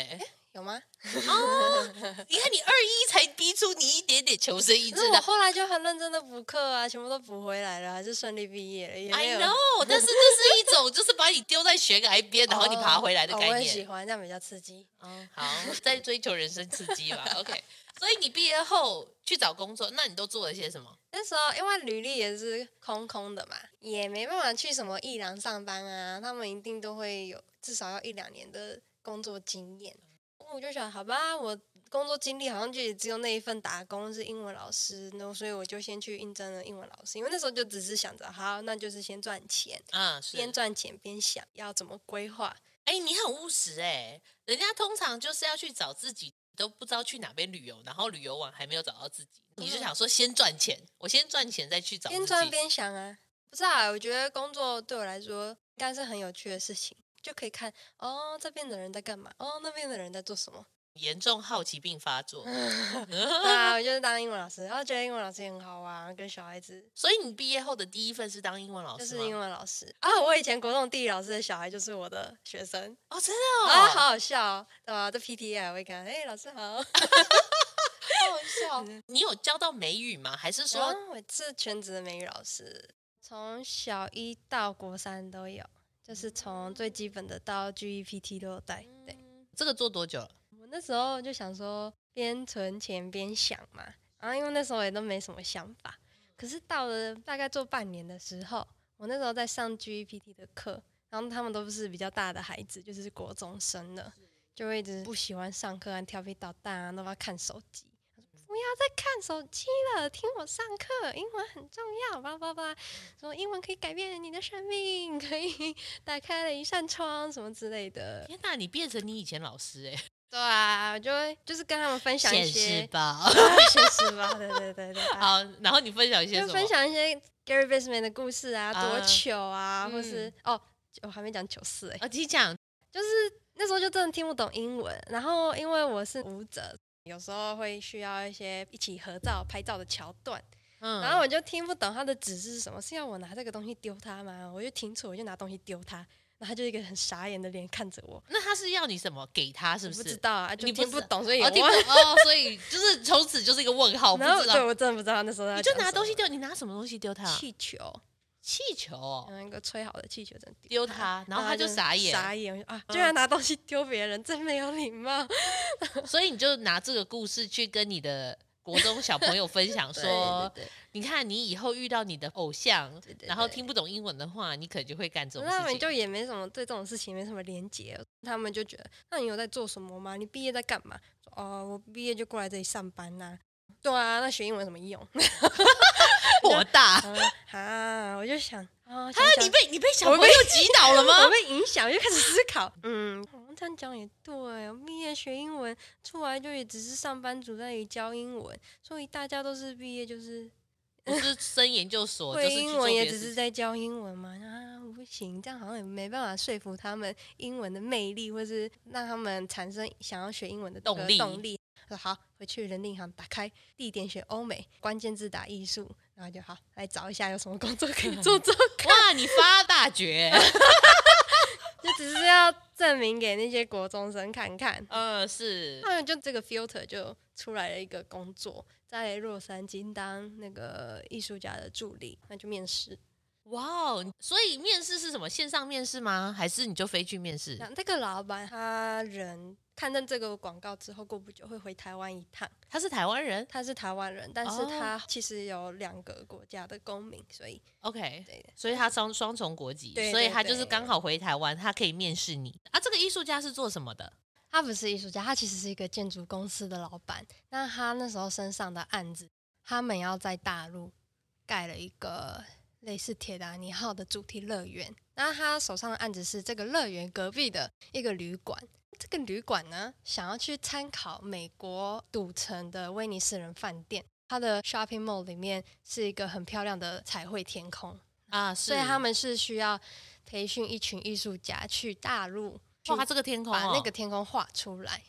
[SPEAKER 1] 有吗？
[SPEAKER 3] 你看你二一才逼出你一点点求生意
[SPEAKER 1] 可
[SPEAKER 3] 志
[SPEAKER 1] 是
[SPEAKER 3] 的
[SPEAKER 1] 我。后来就很认真的补课啊，全部都补回来了，还是顺利毕业了，也
[SPEAKER 3] I
[SPEAKER 1] 没有。
[SPEAKER 3] know，但是这是一种就是把你丢在悬崖边，然后你爬回来的
[SPEAKER 1] 哦我
[SPEAKER 3] 概
[SPEAKER 1] 很喜
[SPEAKER 3] 念。
[SPEAKER 1] 欢，这样比较刺激。
[SPEAKER 3] 嗯，好，再追求人生刺激吧。OK，所以你毕业后去找工作，那你都做了些什么？
[SPEAKER 1] 那时候因为履历也是空空的嘛，也没办法去什么艺廊上班啊，他们一定都会有至少要一两年的工作经验。我就想，好吧，我工作经历好像就也只有那一份打工是英文老师，那所以我就先去应征了英文老师，因为那时候就只是想着，好，那就是先赚钱，
[SPEAKER 3] 嗯，是。
[SPEAKER 1] 边赚钱边想要怎么规划。
[SPEAKER 3] 哎、你很务实哎、人家通常就是要去找自己都不知道去哪边旅游，然后旅游完还没有找到自己，你就想说先赚钱，我先赚钱再去找自
[SPEAKER 1] 边嗯赚
[SPEAKER 3] 己。
[SPEAKER 1] 边想啊，不是啊，我觉得工作对我来说应该是很有趣的事情，就可以看哦这边的人在干嘛，哦那边的人在做什么。 (laughs)
[SPEAKER 3] 严重好奇病发作，
[SPEAKER 1] 嗯对啊，我就是当英文老师，然后觉得英文老师也很好玩，跟小孩子
[SPEAKER 3] 所以你毕业后的第一份是当英文老
[SPEAKER 1] 就
[SPEAKER 3] 师
[SPEAKER 1] 是英
[SPEAKER 3] 哦吗？
[SPEAKER 1] 文老师啊。我以前国中地理老师的小孩就是我的学生
[SPEAKER 3] 哦，真的哦，
[SPEAKER 1] 啊，好好笑、哦，对吧、这 PTA 啊我会跟他哎、老师
[SPEAKER 3] (laughs)
[SPEAKER 1] 好，
[SPEAKER 3] 好
[SPEAKER 1] (laughs)
[SPEAKER 3] 笑。你有教到美语吗？还是
[SPEAKER 1] 然
[SPEAKER 3] 说
[SPEAKER 1] 后我是哦全职的美语老师，从小一到国三都有，就是从最基本的到 GEPT 都有带，对。
[SPEAKER 3] 嗯这个做多久了？
[SPEAKER 1] 我那时候就想说，边存钱边想嘛，然后因为那时候也都没什么想法。可是到了大概做半年的时候，我那时候在上 GEPT 的课，然后他们都是比较大的孩子，就是国中生了，就会一直不喜欢上课啊，调皮捣蛋啊，都要看手机。不要再看手机了，听我上课，英文很重要，叭叭叭，说英文可以改变你的生命，可以 (laughs) 打开了一扇窗，什么之类的。
[SPEAKER 3] 天哪，你变成你以前老师哎、
[SPEAKER 1] 对啊，我就会就是跟他们分享一
[SPEAKER 3] 现
[SPEAKER 1] 些
[SPEAKER 3] 实吧。 (laughs)
[SPEAKER 1] 啊现实吧，对对对对，啊
[SPEAKER 3] 好，然后你分享一些什
[SPEAKER 1] (laughs) 就
[SPEAKER 3] 么？
[SPEAKER 1] 分享一些 Gary Basman 的故事啊，
[SPEAKER 3] 啊
[SPEAKER 1] 躲球啊，
[SPEAKER 3] 嗯
[SPEAKER 1] 或是哦，我还没讲糗事哎，
[SPEAKER 3] 啊，你讲
[SPEAKER 1] 就是那时候就真的听不懂英文，然后因为我是舞者，有时候会需要一些一起合照拍照的桥段，
[SPEAKER 3] 嗯，
[SPEAKER 1] 然后我就听不懂他的指示是什么，是要我拿这个东西丢他吗？我就停住，我就拿东西丢他，然后他就一个很傻眼的脸看着我，
[SPEAKER 3] 那他是要你什么？给他是
[SPEAKER 1] 我
[SPEAKER 3] 不
[SPEAKER 1] 不
[SPEAKER 3] 是？
[SPEAKER 1] 知道啊，就
[SPEAKER 3] 你不
[SPEAKER 1] 听不
[SPEAKER 3] 知
[SPEAKER 1] 懂，所以
[SPEAKER 3] 哦，
[SPEAKER 1] 我
[SPEAKER 3] 听不
[SPEAKER 1] (laughs)
[SPEAKER 3] 懂哦，所以就是从此就是一个问号，不
[SPEAKER 1] 然后
[SPEAKER 3] 知
[SPEAKER 1] 对
[SPEAKER 3] 道。
[SPEAKER 1] 我真的不知道那时候在
[SPEAKER 3] 你就
[SPEAKER 1] 讲
[SPEAKER 3] 拿
[SPEAKER 1] 什
[SPEAKER 3] 东西
[SPEAKER 1] 么
[SPEAKER 3] 丢，你拿什么东西丢他？
[SPEAKER 1] 气啊球，
[SPEAKER 3] 气球啊哦，
[SPEAKER 1] 然后一个吹好的气球这样丢
[SPEAKER 3] 丢他，然后他就傻眼。
[SPEAKER 1] 啊
[SPEAKER 3] 嗯
[SPEAKER 1] 傻眼我就啊！居然拿东西丢别人，真没有礼貌。
[SPEAKER 3] 所以你就拿这个故事去跟你的国中小朋友
[SPEAKER 1] (laughs)
[SPEAKER 3] 分享 (laughs) 说，
[SPEAKER 1] 对对
[SPEAKER 3] 你看你以后遇到你的偶像
[SPEAKER 1] 对，对
[SPEAKER 3] 然后
[SPEAKER 1] 对
[SPEAKER 3] 听不懂英文的话，你可能就会干这
[SPEAKER 1] 对那
[SPEAKER 3] 种
[SPEAKER 1] 他
[SPEAKER 3] 事
[SPEAKER 1] 们
[SPEAKER 3] 情。
[SPEAKER 1] 就也没什么对这种事情没什么连结，他们就觉得，那你有在做什么吗？你毕业在干嘛？说哦，我毕业就过来这里上班呐、对啊，那学英文有什么用？ (laughs)
[SPEAKER 3] 火大！
[SPEAKER 1] 嗯啊，我就想啊，
[SPEAKER 3] 他
[SPEAKER 1] 想想
[SPEAKER 3] 你被你被小
[SPEAKER 1] 我
[SPEAKER 3] 朋
[SPEAKER 1] 被
[SPEAKER 3] 友击倒
[SPEAKER 1] (laughs)
[SPEAKER 3] 了
[SPEAKER 1] 我
[SPEAKER 3] 吗？
[SPEAKER 1] 被影响，我就开始思
[SPEAKER 3] (laughs)
[SPEAKER 1] 考。嗯，哦这样讲也对哦。毕业学英文，出来就也只是上班族在那里教英文，所以大家都是毕业就是
[SPEAKER 3] 不是升研究所，就
[SPEAKER 1] 会
[SPEAKER 3] 是去
[SPEAKER 1] 英
[SPEAKER 3] 做
[SPEAKER 1] 文也
[SPEAKER 3] 别
[SPEAKER 1] 只
[SPEAKER 3] 的
[SPEAKER 1] 是
[SPEAKER 3] 事。
[SPEAKER 1] 在教英文嘛。啊，不行，这样好像也没办法说服他们英文的魅力，或是让他们产生想要学英文的这个
[SPEAKER 3] 动力
[SPEAKER 1] 动力。我说好，回去人力银行打开地点选欧美，关键字打艺术，然后就好来找一下有什么工作可
[SPEAKER 3] (laughs)
[SPEAKER 1] 以做做看。
[SPEAKER 3] 哇，你发大
[SPEAKER 1] (laughs)
[SPEAKER 3] 绝！
[SPEAKER 1] 就只是要证明给那些国中生看看。
[SPEAKER 3] 嗯，是。
[SPEAKER 1] 他们就这个 filter 就出来了一个工作，在洛杉矶当那个艺术家的助理，那就面试。
[SPEAKER 3] 哇哦！所以面试是什么？线上面试吗？还是你就飞去面试？
[SPEAKER 1] 那那个老板他人看到这个广告之后，过不久会回台湾一趟。
[SPEAKER 3] 他是台湾人
[SPEAKER 1] 他是台湾人，但是
[SPEAKER 3] 哦
[SPEAKER 1] 他其实有两个国家的公民，所以
[SPEAKER 3] ，OK，
[SPEAKER 1] 对的。
[SPEAKER 3] 所以他双双重国籍，
[SPEAKER 1] 对
[SPEAKER 3] 所以
[SPEAKER 1] 对
[SPEAKER 3] 他就是
[SPEAKER 1] 对
[SPEAKER 3] 刚好回台湾，他可以面试你啊。这个艺术家是做什么的？
[SPEAKER 1] 他不是艺术家，他其实是一个建筑公司的老板。那他那时候身上的案子，他们要在大陆盖了一个类似铁达尼号的主题乐园。那他手上的案子是这个乐园隔壁的一个旅馆。这个旅馆呢，想要去参考美国赌城的威尼斯人饭店，它的 shopping mall 里面是一个很漂亮的彩绘天空，
[SPEAKER 3] 啊，是
[SPEAKER 1] 所以他们是需要培训一群艺术家去大陆
[SPEAKER 3] 画这个天空、
[SPEAKER 1] 把
[SPEAKER 3] 哦，
[SPEAKER 1] 那个天空画出来。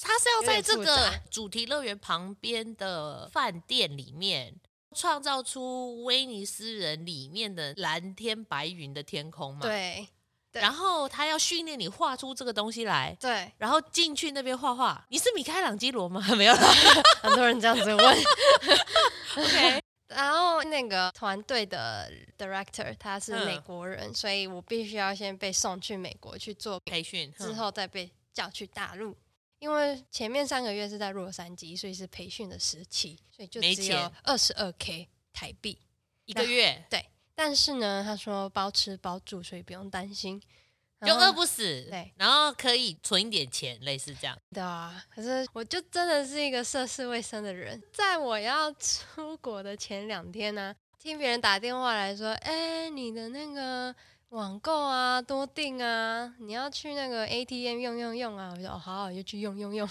[SPEAKER 3] 他是要
[SPEAKER 1] 有
[SPEAKER 3] 在
[SPEAKER 1] 点
[SPEAKER 3] 这
[SPEAKER 1] 复
[SPEAKER 3] 个
[SPEAKER 1] 杂
[SPEAKER 3] 主题乐园旁边的饭店里面。创造出威尼斯人里面的蓝天白云的天空嘛？，
[SPEAKER 1] 对，对
[SPEAKER 4] 然后他要训练你画出这个东西来，
[SPEAKER 1] 对，
[SPEAKER 4] 然后进去那边画画。你是米开朗基罗
[SPEAKER 1] (laughs)
[SPEAKER 4] 吗？没有啦。
[SPEAKER 1] 很多人这样子问。
[SPEAKER 4] OK，
[SPEAKER 1] (laughs) 然后那个团队的 director 他是
[SPEAKER 3] 嗯
[SPEAKER 1] 美国人，所以我必须要先被送去美国去做，
[SPEAKER 3] 培训嗯
[SPEAKER 1] 之后再被叫去大陆。因为前面三个月是在洛杉矶，所以是培训的时期，所以就
[SPEAKER 3] 没
[SPEAKER 1] 只
[SPEAKER 3] 钱
[SPEAKER 1] 有二十二 k 台币。
[SPEAKER 3] 一个月
[SPEAKER 1] 但是呢，他说包吃包住，所以不用担心。
[SPEAKER 3] 就
[SPEAKER 1] 然后
[SPEAKER 3] 饿不死，
[SPEAKER 1] 嗯对，
[SPEAKER 3] 然后可以存一点钱，类似这样。
[SPEAKER 1] 对啊，可是我就真的是一个涉世未深的人，在我要出国的前两天呢、听别人打电话来说，哎、你的那个网购啊，多订啊，你要去那个 ATM 用用用啊，我就哦好，我就去用用用，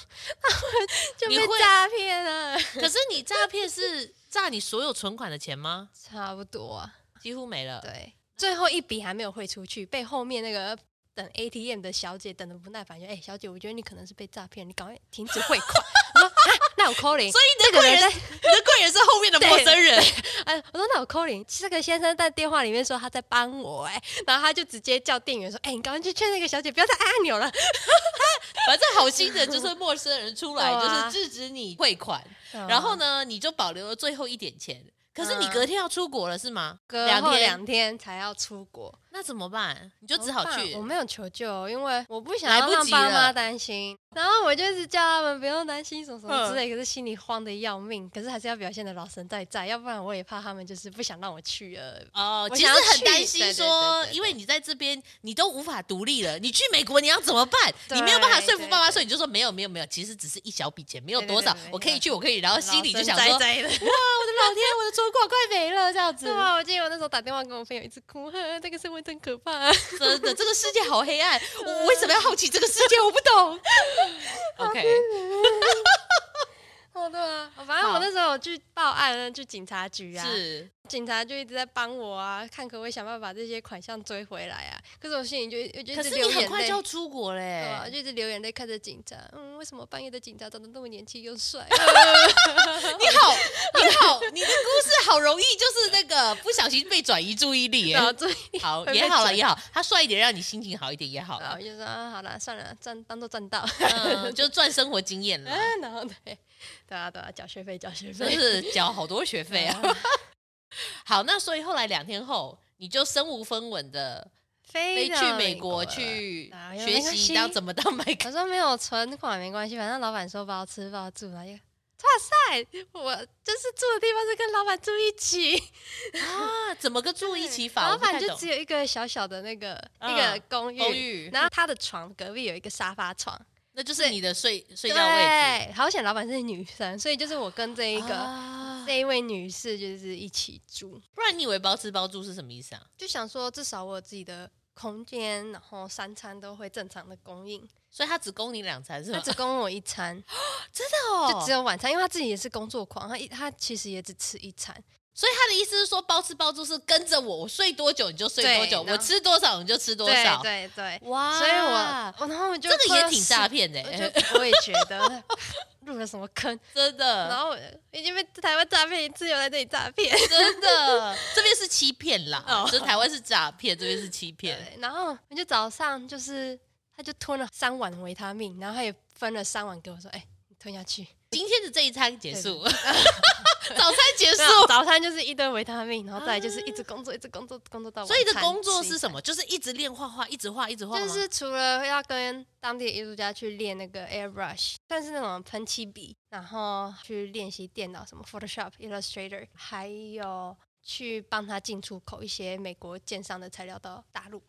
[SPEAKER 1] 就
[SPEAKER 3] 你
[SPEAKER 1] 被
[SPEAKER 3] 会
[SPEAKER 1] 诈骗了，
[SPEAKER 3] 可是你诈骗是诈你所有存款的钱吗？
[SPEAKER 1] 差不多啊，
[SPEAKER 3] 几乎没了。
[SPEAKER 1] 对，最后一笔还没有汇出去，被后面那个。等 ATM 的小姐等的不耐烦，就哎、小姐，我觉得你可能是被诈骗，你赶快停止汇款。我说啊，那我 calling，
[SPEAKER 3] 所以你
[SPEAKER 1] 这
[SPEAKER 3] 的
[SPEAKER 1] 个
[SPEAKER 3] 贵
[SPEAKER 1] 人
[SPEAKER 3] 人，
[SPEAKER 1] 在
[SPEAKER 3] 你的贵人是后面的陌生人，
[SPEAKER 1] 哎，我说那我扣零，这个先生在电话里面说他在帮我、哎，然后他就直接叫店员说，哎、你赶快去劝那个小姐不要再按按钮
[SPEAKER 3] (laughs)
[SPEAKER 1] 了。
[SPEAKER 3] (laughs) 反正好心的就是陌生人出来，
[SPEAKER 1] 对啊
[SPEAKER 3] 就是制止你汇款，然后？呢，你就保留了最后一点钱。可是你
[SPEAKER 1] 嗯
[SPEAKER 3] 隔天要出国了是吗？
[SPEAKER 1] 隔
[SPEAKER 3] 两
[SPEAKER 1] 后
[SPEAKER 3] 天
[SPEAKER 1] 两天才要出国，
[SPEAKER 3] 那怎么办？你就只
[SPEAKER 1] 怎
[SPEAKER 3] 好
[SPEAKER 1] 么办
[SPEAKER 3] 去
[SPEAKER 1] 我。没有求救，哦因为我不想
[SPEAKER 3] 来
[SPEAKER 1] 要
[SPEAKER 3] 不
[SPEAKER 1] 让
[SPEAKER 3] 及
[SPEAKER 1] 爸
[SPEAKER 3] 了
[SPEAKER 1] 妈担心。然后我就一直叫他们不用担心什么什么
[SPEAKER 3] 嗯
[SPEAKER 1] 之类，可是心里慌的要命。可是还是要表现的老神在在，要不然我也怕他们就是不想让我去了。
[SPEAKER 3] 哦，
[SPEAKER 1] 我
[SPEAKER 3] 其实
[SPEAKER 1] 想要
[SPEAKER 3] 很
[SPEAKER 1] 去
[SPEAKER 3] 担心
[SPEAKER 1] 对对
[SPEAKER 3] 说
[SPEAKER 1] 对，对对
[SPEAKER 3] 因为你在这边你都无法独立了，你去美国你要怎么办？
[SPEAKER 1] 对
[SPEAKER 3] 你没有办法说服
[SPEAKER 1] 对
[SPEAKER 3] 爸妈，
[SPEAKER 1] 对
[SPEAKER 3] 所以你就说没有没有没有，其实只是一小笔钱，没有
[SPEAKER 1] 对对
[SPEAKER 3] 多少
[SPEAKER 1] 对，对
[SPEAKER 3] 我可以去，我可以。然后心里就想
[SPEAKER 1] 老
[SPEAKER 3] 说，
[SPEAKER 1] 神在在的。(laughs)
[SPEAKER 3] 我的老天，我的存款快没了，这样子
[SPEAKER 1] 对啊，我记得我那时候打电话跟我朋友一直哭，呵这个新闻真可怕、啊。
[SPEAKER 3] 真的，这个世界好黑
[SPEAKER 1] (laughs)
[SPEAKER 3] 暗，我我为什么要好奇这个世界？我不懂。OK，
[SPEAKER 1] 哎哦，对啊，反正
[SPEAKER 3] 好
[SPEAKER 1] 我那时候有去报案，呃去警察局啊，
[SPEAKER 3] 是
[SPEAKER 1] 警察就一直在帮我啊，看可不可以想办法把这些款项追回来啊。可是我心里就我就一
[SPEAKER 3] 可
[SPEAKER 1] 直
[SPEAKER 3] 是你
[SPEAKER 1] 流
[SPEAKER 3] 很
[SPEAKER 1] 眼
[SPEAKER 3] 快
[SPEAKER 1] 泪
[SPEAKER 3] 就，要出国欸嘞、
[SPEAKER 1] 对啊，就一直流眼泪看着警察，嗯，为什么半夜的警察长得那么年轻又
[SPEAKER 3] (laughs)
[SPEAKER 1] 帅？
[SPEAKER 3] 你好，你好，你的故事好容易就是那个不小心被转移注意力、
[SPEAKER 1] 然后
[SPEAKER 3] 欸，
[SPEAKER 1] 最
[SPEAKER 3] 好
[SPEAKER 1] 啊会被
[SPEAKER 3] 也好了
[SPEAKER 1] 转
[SPEAKER 3] 也好，他帅一点让你心情好一点也好
[SPEAKER 1] 然后
[SPEAKER 3] 了
[SPEAKER 1] 我，就说啊，好啦，算了，赚当做赚到。
[SPEAKER 3] 嗯，就赚生活经验了，
[SPEAKER 1] 嗯， (laughs) 然后对，对啊对啊，缴学费缴学
[SPEAKER 3] 啊真
[SPEAKER 1] 费。
[SPEAKER 3] 是缴好多学费啊。
[SPEAKER 1] (laughs) 对啊，
[SPEAKER 3] 好，那所以后来两天后，你就身无分文的
[SPEAKER 1] 飞
[SPEAKER 3] 飞去
[SPEAKER 1] 到
[SPEAKER 3] 美国
[SPEAKER 1] 了哎
[SPEAKER 3] 去
[SPEAKER 1] 哪有
[SPEAKER 3] 学
[SPEAKER 1] 没关
[SPEAKER 3] 习
[SPEAKER 1] 系
[SPEAKER 3] 当怎么当麦克
[SPEAKER 1] (laughs) 我说没有存款没关系，反正老板说包吃包住了。 (laughs) 哇塞，我就是住的地方是跟老板住一起，
[SPEAKER 3] 啊？怎么个住一起 (laughs) 法？
[SPEAKER 1] 老
[SPEAKER 3] 我不
[SPEAKER 1] 板
[SPEAKER 3] 太
[SPEAKER 1] 就
[SPEAKER 3] 懂
[SPEAKER 1] 只有一个小小的那个、
[SPEAKER 3] 嗯
[SPEAKER 1] 一个公寓，
[SPEAKER 3] 公寓
[SPEAKER 1] 然后他的床隔壁有一个沙发床，
[SPEAKER 3] 那就是
[SPEAKER 1] 对
[SPEAKER 3] 你的睡睡
[SPEAKER 1] 对，
[SPEAKER 3] 觉位置。
[SPEAKER 1] 好险老板是女生，所以就是我跟这一个、
[SPEAKER 3] 啊
[SPEAKER 1] 这一位女士就是一起住，
[SPEAKER 3] 不然你以为包吃包住是什么意思啊？
[SPEAKER 1] 就想说至少我有自己的。空间，然后三餐都会正常的供应，
[SPEAKER 3] 所以他只供你两餐是
[SPEAKER 1] 他
[SPEAKER 3] 吗？哦
[SPEAKER 1] 只供我一餐，
[SPEAKER 3] 就
[SPEAKER 1] 就只有晚餐，因为他自己也是工作狂，他一他其实也只吃一餐，
[SPEAKER 3] 所以他的意思是说，包吃包住是跟着我，我睡多久你就睡多久，
[SPEAKER 1] 对
[SPEAKER 3] 我吃多少你就吃多
[SPEAKER 1] 对
[SPEAKER 3] 少。
[SPEAKER 1] 对对，
[SPEAKER 3] 哇
[SPEAKER 1] 所以我我然后我就
[SPEAKER 3] 啊这个也
[SPEAKER 1] 快要
[SPEAKER 3] 挺
[SPEAKER 1] 死
[SPEAKER 3] 诈，骗的、
[SPEAKER 1] 我
[SPEAKER 3] 欸，
[SPEAKER 1] 就我也觉得 (laughs) 入了什么坑，
[SPEAKER 3] (laughs) 真
[SPEAKER 1] 然
[SPEAKER 3] 的
[SPEAKER 1] 后我已经被台湾诈骗一次，又来这里诈骗，
[SPEAKER 3] (laughs) 真的，这边是欺骗啦
[SPEAKER 1] 哦，
[SPEAKER 3] 这、台湾是诈骗，这边是欺骗。
[SPEAKER 1] 对，然后我就早上就是他就吞了三碗维他命，然后他也分了三碗给我说，哎、你吞下去，
[SPEAKER 3] 今天的这一餐结束， (laughs) 早餐结束
[SPEAKER 1] 没。有早餐就是一堆维他命，然后再来就是一直工作，一直工作，工作到晚
[SPEAKER 3] 啊所以你的
[SPEAKER 1] 餐
[SPEAKER 3] 工作
[SPEAKER 1] 吃
[SPEAKER 3] 是什么？就是一直练画画，一直画，一直画吗。
[SPEAKER 1] 就是除了要跟当地的艺术家去练那个 airbrush，算是那种喷漆笔，然后去练习电脑什么 Photoshop、Illustrator，还有去帮他进出口一些美国建商的材料到大陆。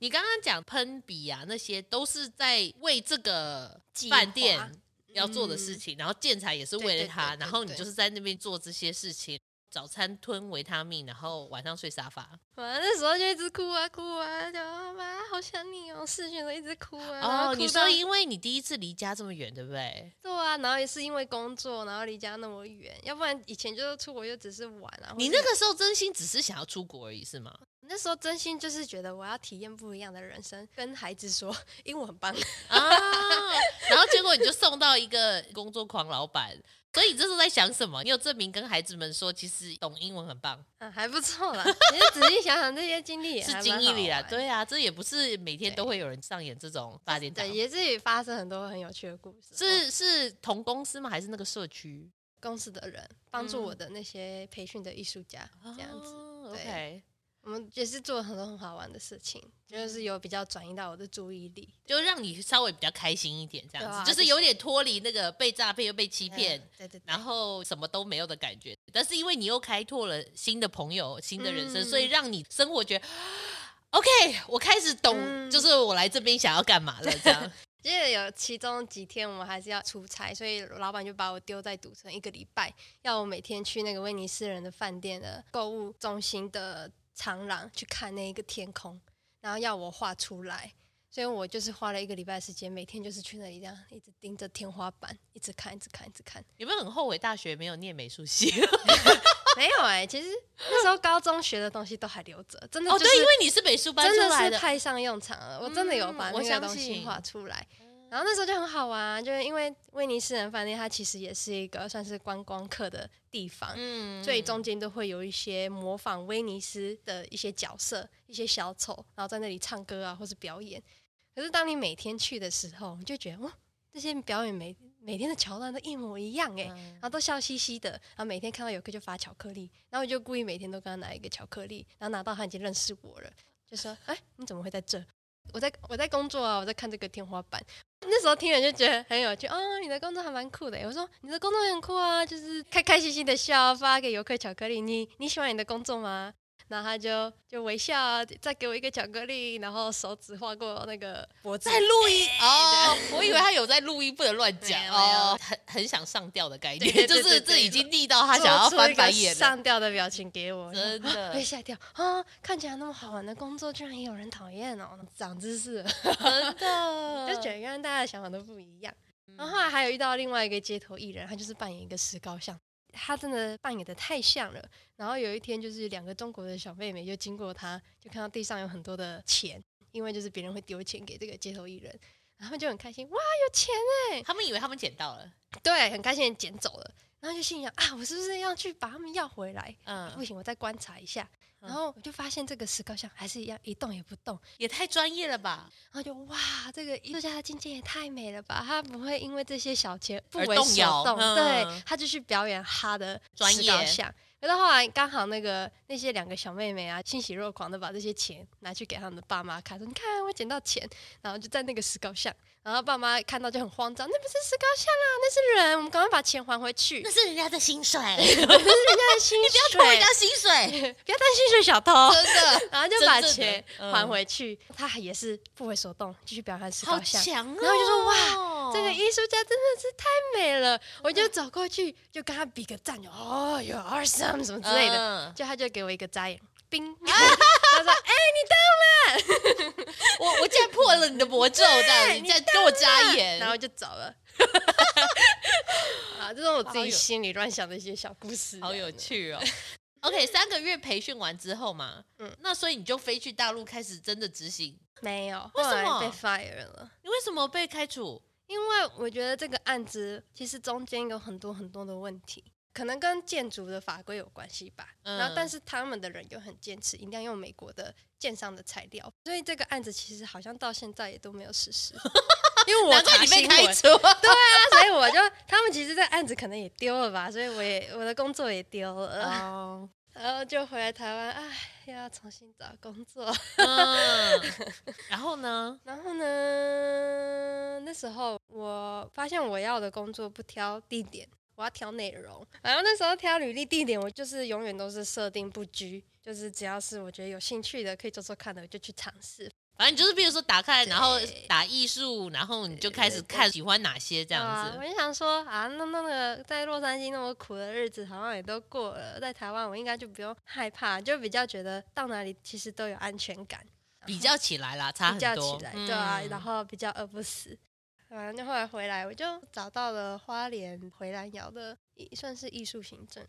[SPEAKER 3] 你刚刚讲喷笔啊，那些都是在为这个
[SPEAKER 1] 计划嗯
[SPEAKER 3] 饭店要做的事情，然后建材也是为了它，
[SPEAKER 1] 对对对对
[SPEAKER 3] 然后你就是在那边做这些事情，早餐吞维他命，然后晚上睡沙发。
[SPEAKER 1] 哇，那时候就一直哭啊哭啊，就妈妈好想你哦，视讯都一直哭啊。然后
[SPEAKER 3] 哦，
[SPEAKER 1] 哭
[SPEAKER 3] 你
[SPEAKER 1] 到
[SPEAKER 3] 说因为你第一次离家这么远，对不对？
[SPEAKER 1] 对啊，然后也是因为工作，然后离家那么远，要不然以前就是出国就只是玩啊。或
[SPEAKER 3] 你
[SPEAKER 1] 是
[SPEAKER 3] 那个时候真心只是想要出国而已，是吗？
[SPEAKER 1] 那时候真心就是觉得我要体验不一样的人生，跟孩子说 (laughs) 英文很棒，
[SPEAKER 3] 啊， (laughs) 然后结果你就送到一个工作狂老板，所以你这时候在想什么？你有证明跟孩子们说，其实懂英文很棒，
[SPEAKER 1] 嗯，还不错
[SPEAKER 3] (laughs)
[SPEAKER 1] 啦。其实仔细想想，这些经历也还
[SPEAKER 3] 是
[SPEAKER 1] 蛮
[SPEAKER 3] 经历里
[SPEAKER 1] 好
[SPEAKER 3] 啊，
[SPEAKER 1] 玩，
[SPEAKER 3] 对啊，这也不是每天都会有人上演这种八点档
[SPEAKER 1] 对，，也自己发生很多很有趣的故事。哦
[SPEAKER 3] 是是同公司吗？还是那个社区？
[SPEAKER 1] 公司的人帮助
[SPEAKER 3] 嗯哦
[SPEAKER 1] 我的那些培训的艺术家，这样子，
[SPEAKER 3] 子
[SPEAKER 1] 对
[SPEAKER 3] OK，
[SPEAKER 1] 我们也是做了很多很好玩的事情，
[SPEAKER 3] 嗯
[SPEAKER 1] 就是有比较转移到我的注意力。
[SPEAKER 3] 就让你稍微比较开心一点，这样
[SPEAKER 1] 对
[SPEAKER 3] 子，
[SPEAKER 1] 啊
[SPEAKER 3] 就是有点脱离那个被诈骗又被欺骗。
[SPEAKER 1] 嗯，对对对，
[SPEAKER 3] 然后什么都没有的感觉，但是因为你又开拓了新的朋友、新的人生，
[SPEAKER 1] 嗯
[SPEAKER 3] 所以让你生活觉得 OK，我开始懂，
[SPEAKER 1] 嗯
[SPEAKER 3] 就是我来这边想要干嘛了，这样
[SPEAKER 1] 记得有其呃中几天我们还是要出差，所以老板就把我丢在赌城一个礼拜，要我每天去那个威尼斯人的饭店的购物中心的长廊去看那一个天空，然后要我画出来。所以我就是花了一个礼拜的时间，每天就是去那里这样一直盯着天花板，一直看，一直看，一直看。
[SPEAKER 3] (laughs) 有没有很后悔大学没有念美术
[SPEAKER 1] (laughs)
[SPEAKER 3] 系？哦
[SPEAKER 1] 没有哎、其实那时候高中学的东西都还留着，真的
[SPEAKER 3] 哦，
[SPEAKER 1] 就
[SPEAKER 3] 对，
[SPEAKER 1] 是
[SPEAKER 3] 因为你是美术班出
[SPEAKER 1] 真的
[SPEAKER 3] 来
[SPEAKER 1] 是
[SPEAKER 3] 的，
[SPEAKER 1] 派上用场了。我真的有把
[SPEAKER 3] 嗯我
[SPEAKER 1] 那
[SPEAKER 3] 相
[SPEAKER 1] 个东西
[SPEAKER 3] 信
[SPEAKER 1] 画出来，然后那时候就很好玩啊、就是因为威尼斯人饭店它其实也是一个算是观光客的地方，
[SPEAKER 3] 嗯
[SPEAKER 1] 所以中间都会有一些模仿威尼斯的一些角色、一些小丑，然后在那里唱歌啊，或是表演。可是当你每天去的时候，你就觉得，哦，这些表演每每天的桥段都一模一样哎、然后都笑嘻嘻的，然后每天看到有个就发巧克力，然后我就故意每天都跟他拿一个巧克力，然后拿到他已经认识我了，就说：“哎，你怎么会在这？我在我在工作啊，我在看这个天花板。”那时候听了就觉得很有趣哦，你的工作还蛮酷的耶。我说你的工作也很酷啊，就是开开心心的笑，啊发给游客巧克力。你你喜欢你的工作吗？然后他就就微笑啊，再给我一个巧克力，然后手指划过那个脖子
[SPEAKER 3] 在。录音哦，
[SPEAKER 1] 对
[SPEAKER 3] 我以为他有在录音，不能乱讲
[SPEAKER 1] 没有没有
[SPEAKER 3] 哦，很很想上吊的概念，
[SPEAKER 1] 对对对
[SPEAKER 3] 就
[SPEAKER 1] 对对
[SPEAKER 3] 是这已经腻到他想要
[SPEAKER 1] 做出
[SPEAKER 3] 翻
[SPEAKER 1] 一个
[SPEAKER 3] 白眼了，
[SPEAKER 1] 上吊的表情给我，
[SPEAKER 3] 真
[SPEAKER 1] (laughs)
[SPEAKER 3] 的
[SPEAKER 1] 被吓掉啊！看起来那么好玩的工作，居然也有人讨厌哦，长知识了，
[SPEAKER 3] 真的 (laughs)
[SPEAKER 1] 就觉得跟大家的想法都不一样。然后后来还有遇到另外一个街头艺人，他就是扮演一个石膏像，他真的扮演的太像了。然后有一天就是两个中国的小妹妹就经过他，就看到地上有很多的钱，因为就是别人会丢钱给这个街头艺人，然后他们就很开心，哇，有钱啊
[SPEAKER 3] 他们以为他们捡到了，
[SPEAKER 1] 对，很开心的捡走了。然后就心想啊，我是不是要去把他们要回来？不
[SPEAKER 3] 嗯，
[SPEAKER 1] 行，我再观察一下。然后我就发现这个石膏像还是一样一动也不动，
[SPEAKER 3] 也太专业了吧，
[SPEAKER 1] 然后就哇，这个艺术家的境界也太美了吧！他不会因为这些小节不
[SPEAKER 3] 而
[SPEAKER 1] 为
[SPEAKER 3] 动
[SPEAKER 1] 所
[SPEAKER 3] 摇
[SPEAKER 1] 动，
[SPEAKER 3] 嗯
[SPEAKER 1] 对他就去表演他的
[SPEAKER 3] 专
[SPEAKER 1] 石
[SPEAKER 3] 业
[SPEAKER 1] 膏像。可是后来刚好那个那些两个小妹妹啊，欣喜若狂的把这些钱拿去给他们的爸妈看，说你看我捡到钱，然后就在那个石膏像，然后爸妈看到就很慌张，那不是石膏像啊，那是人，我们赶快把钱还回去，
[SPEAKER 3] 那是人家的薪 (laughs) 水，
[SPEAKER 1] 那是薪水，
[SPEAKER 3] 扣人家薪水，
[SPEAKER 1] 不要当薪水小偷，
[SPEAKER 3] 真的
[SPEAKER 1] 然后就把
[SPEAKER 3] 真正的
[SPEAKER 1] 钱
[SPEAKER 3] 嗯
[SPEAKER 1] 还回去，他也是不为所动，继续表演他的石
[SPEAKER 3] 好
[SPEAKER 1] 膏像。
[SPEAKER 3] 强哦！
[SPEAKER 1] 然后就说
[SPEAKER 3] 哇
[SPEAKER 1] 这个艺术家真的是太美
[SPEAKER 3] 嗯
[SPEAKER 1] 了，我就走过去就跟他比个赞，就哦，you are some 什么之类的，
[SPEAKER 3] 嗯
[SPEAKER 1] 就他就给我一个眨眼，
[SPEAKER 3] (laughs)
[SPEAKER 1] 冰，他说哎，
[SPEAKER 3] (laughs) 我我竟然破了你的魔咒，这样你竟然跟我眨眼， (laughs)
[SPEAKER 1] 然后就走了。啊，这是我自
[SPEAKER 3] 好有
[SPEAKER 1] 己心里乱想的一些小故事，啊
[SPEAKER 3] (laughs) 好有
[SPEAKER 1] 这样子。
[SPEAKER 3] 趣哦。OK，三个月培训完之后嘛，
[SPEAKER 1] 嗯
[SPEAKER 3] 那所以你就飞去大陆开始真的执行。
[SPEAKER 1] 没有，
[SPEAKER 3] 为
[SPEAKER 1] 后
[SPEAKER 3] 什
[SPEAKER 1] 来
[SPEAKER 3] 么
[SPEAKER 1] 被 fire 了。
[SPEAKER 3] 你为什么被开除？
[SPEAKER 1] 因为我觉得这个案子其实中间有很多很多的问题，可能跟建筑的法规有关系吧。
[SPEAKER 3] 嗯
[SPEAKER 1] 然后，但是他们的人又很坚持，一定要用美国的建商的材料，所以这个案子其实好像到现在也都没有实施。 (laughs) 因为我
[SPEAKER 3] 难怪
[SPEAKER 1] 查
[SPEAKER 3] 你被
[SPEAKER 1] 新
[SPEAKER 3] 开
[SPEAKER 1] 闻，
[SPEAKER 3] 除。
[SPEAKER 1] 啊 (laughs) 所以我就他们其实这案子可能也丢了吧，所以我也我的工作也丢了，
[SPEAKER 3] 哦，
[SPEAKER 1] 然后就回来台湾，唉，又要重新找工作。
[SPEAKER 3] (laughs) 嗯，然后呢？
[SPEAKER 1] 然后呢，那时候我发现我要的工作不挑地点，我要挑内容。然后那时候挑履历地点，我就是永远都是设定不拘，就是只要是我觉得有兴趣的可以做做看的，我就去尝试。
[SPEAKER 3] 反正就是，比如说打开，然后
[SPEAKER 1] 对
[SPEAKER 3] 打艺术，然后你就开始看喜欢哪些这
[SPEAKER 1] 这
[SPEAKER 3] 样
[SPEAKER 1] 啊、
[SPEAKER 3] 子。
[SPEAKER 1] 我就想说啊，那那个在洛杉矶那么苦的日子好像也都过了，在台湾我应该就不用害怕，就比较觉得到哪里其实都有安全感。
[SPEAKER 3] 啊比较起来啦，差
[SPEAKER 1] 比
[SPEAKER 3] 很
[SPEAKER 1] 较
[SPEAKER 3] 多。
[SPEAKER 1] 起来，对啊，
[SPEAKER 3] 嗯
[SPEAKER 1] 然后比较饿不死。反正就后来回来，我就找到了花莲回蓝窑的艺，算是艺术行政。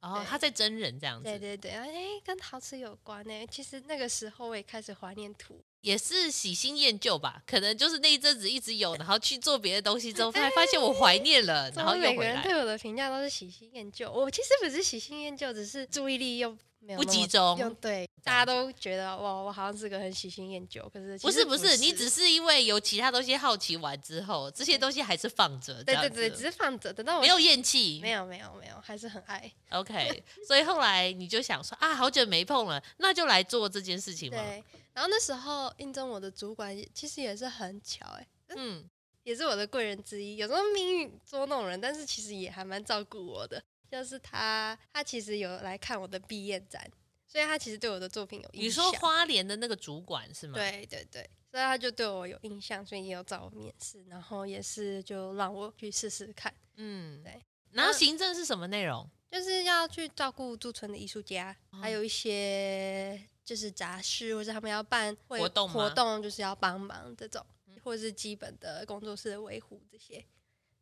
[SPEAKER 3] 然后
[SPEAKER 1] 对
[SPEAKER 3] 他在真人这样子，
[SPEAKER 1] 对对对，哎、跟陶瓷有关呢、其实那个时候我也开始怀念土，
[SPEAKER 3] 也是喜新厌旧吧，可能就是那一阵子一直有，然后去做别的东西之后，才发现我怀念了，
[SPEAKER 1] 怎
[SPEAKER 3] 然
[SPEAKER 1] 么
[SPEAKER 3] 后又
[SPEAKER 1] 每个
[SPEAKER 3] 回
[SPEAKER 1] 人
[SPEAKER 3] 来，
[SPEAKER 1] 对我的评价都是喜新厌旧？我其实不是喜新厌旧，只是注意力又没有
[SPEAKER 3] 不
[SPEAKER 1] 那
[SPEAKER 3] 集
[SPEAKER 1] 么
[SPEAKER 3] 中
[SPEAKER 1] 用对，大家都觉得哇，我好像是个很喜新厌旧，可是其
[SPEAKER 3] 不
[SPEAKER 1] 实
[SPEAKER 3] 是不
[SPEAKER 1] 是
[SPEAKER 3] 是，你只是因为有其他东西好奇完之后，这些东西还是放着，
[SPEAKER 1] 对
[SPEAKER 3] 这
[SPEAKER 1] 对
[SPEAKER 3] 样
[SPEAKER 1] 对，
[SPEAKER 3] 子
[SPEAKER 1] 只是放着，等到我
[SPEAKER 3] 没有厌弃，
[SPEAKER 1] 没有没有没有，还是很爱。 (laughs)
[SPEAKER 3] OK，所以后来你就想说啊，好久没碰了，那就来做这件事情嘛。嗯
[SPEAKER 1] 对，然后那时候应征我的主管也其实也是很巧哎、
[SPEAKER 3] 嗯，
[SPEAKER 1] 也是我的贵人之一。有时候命运捉弄人，但是其实也还蛮照顾我的。就是他，他其实有来看我的毕业展，所以他其实对我的作品有印象。
[SPEAKER 3] 你说花莲的那个主管是吗？，
[SPEAKER 1] 对对对，所以他就对我有印象，所以也有找我面试，然后也是就让我去试试看，
[SPEAKER 3] 嗯，
[SPEAKER 1] 对。
[SPEAKER 3] 然后行政是什么内容？
[SPEAKER 1] 就是要去照顾驻村的艺术家，还
[SPEAKER 3] 哦
[SPEAKER 1] 有一些就是杂事，或者他们要办会
[SPEAKER 3] 活动吗嗯
[SPEAKER 1] 活动就是要帮忙这种，或者是基本的工作室的维护这些。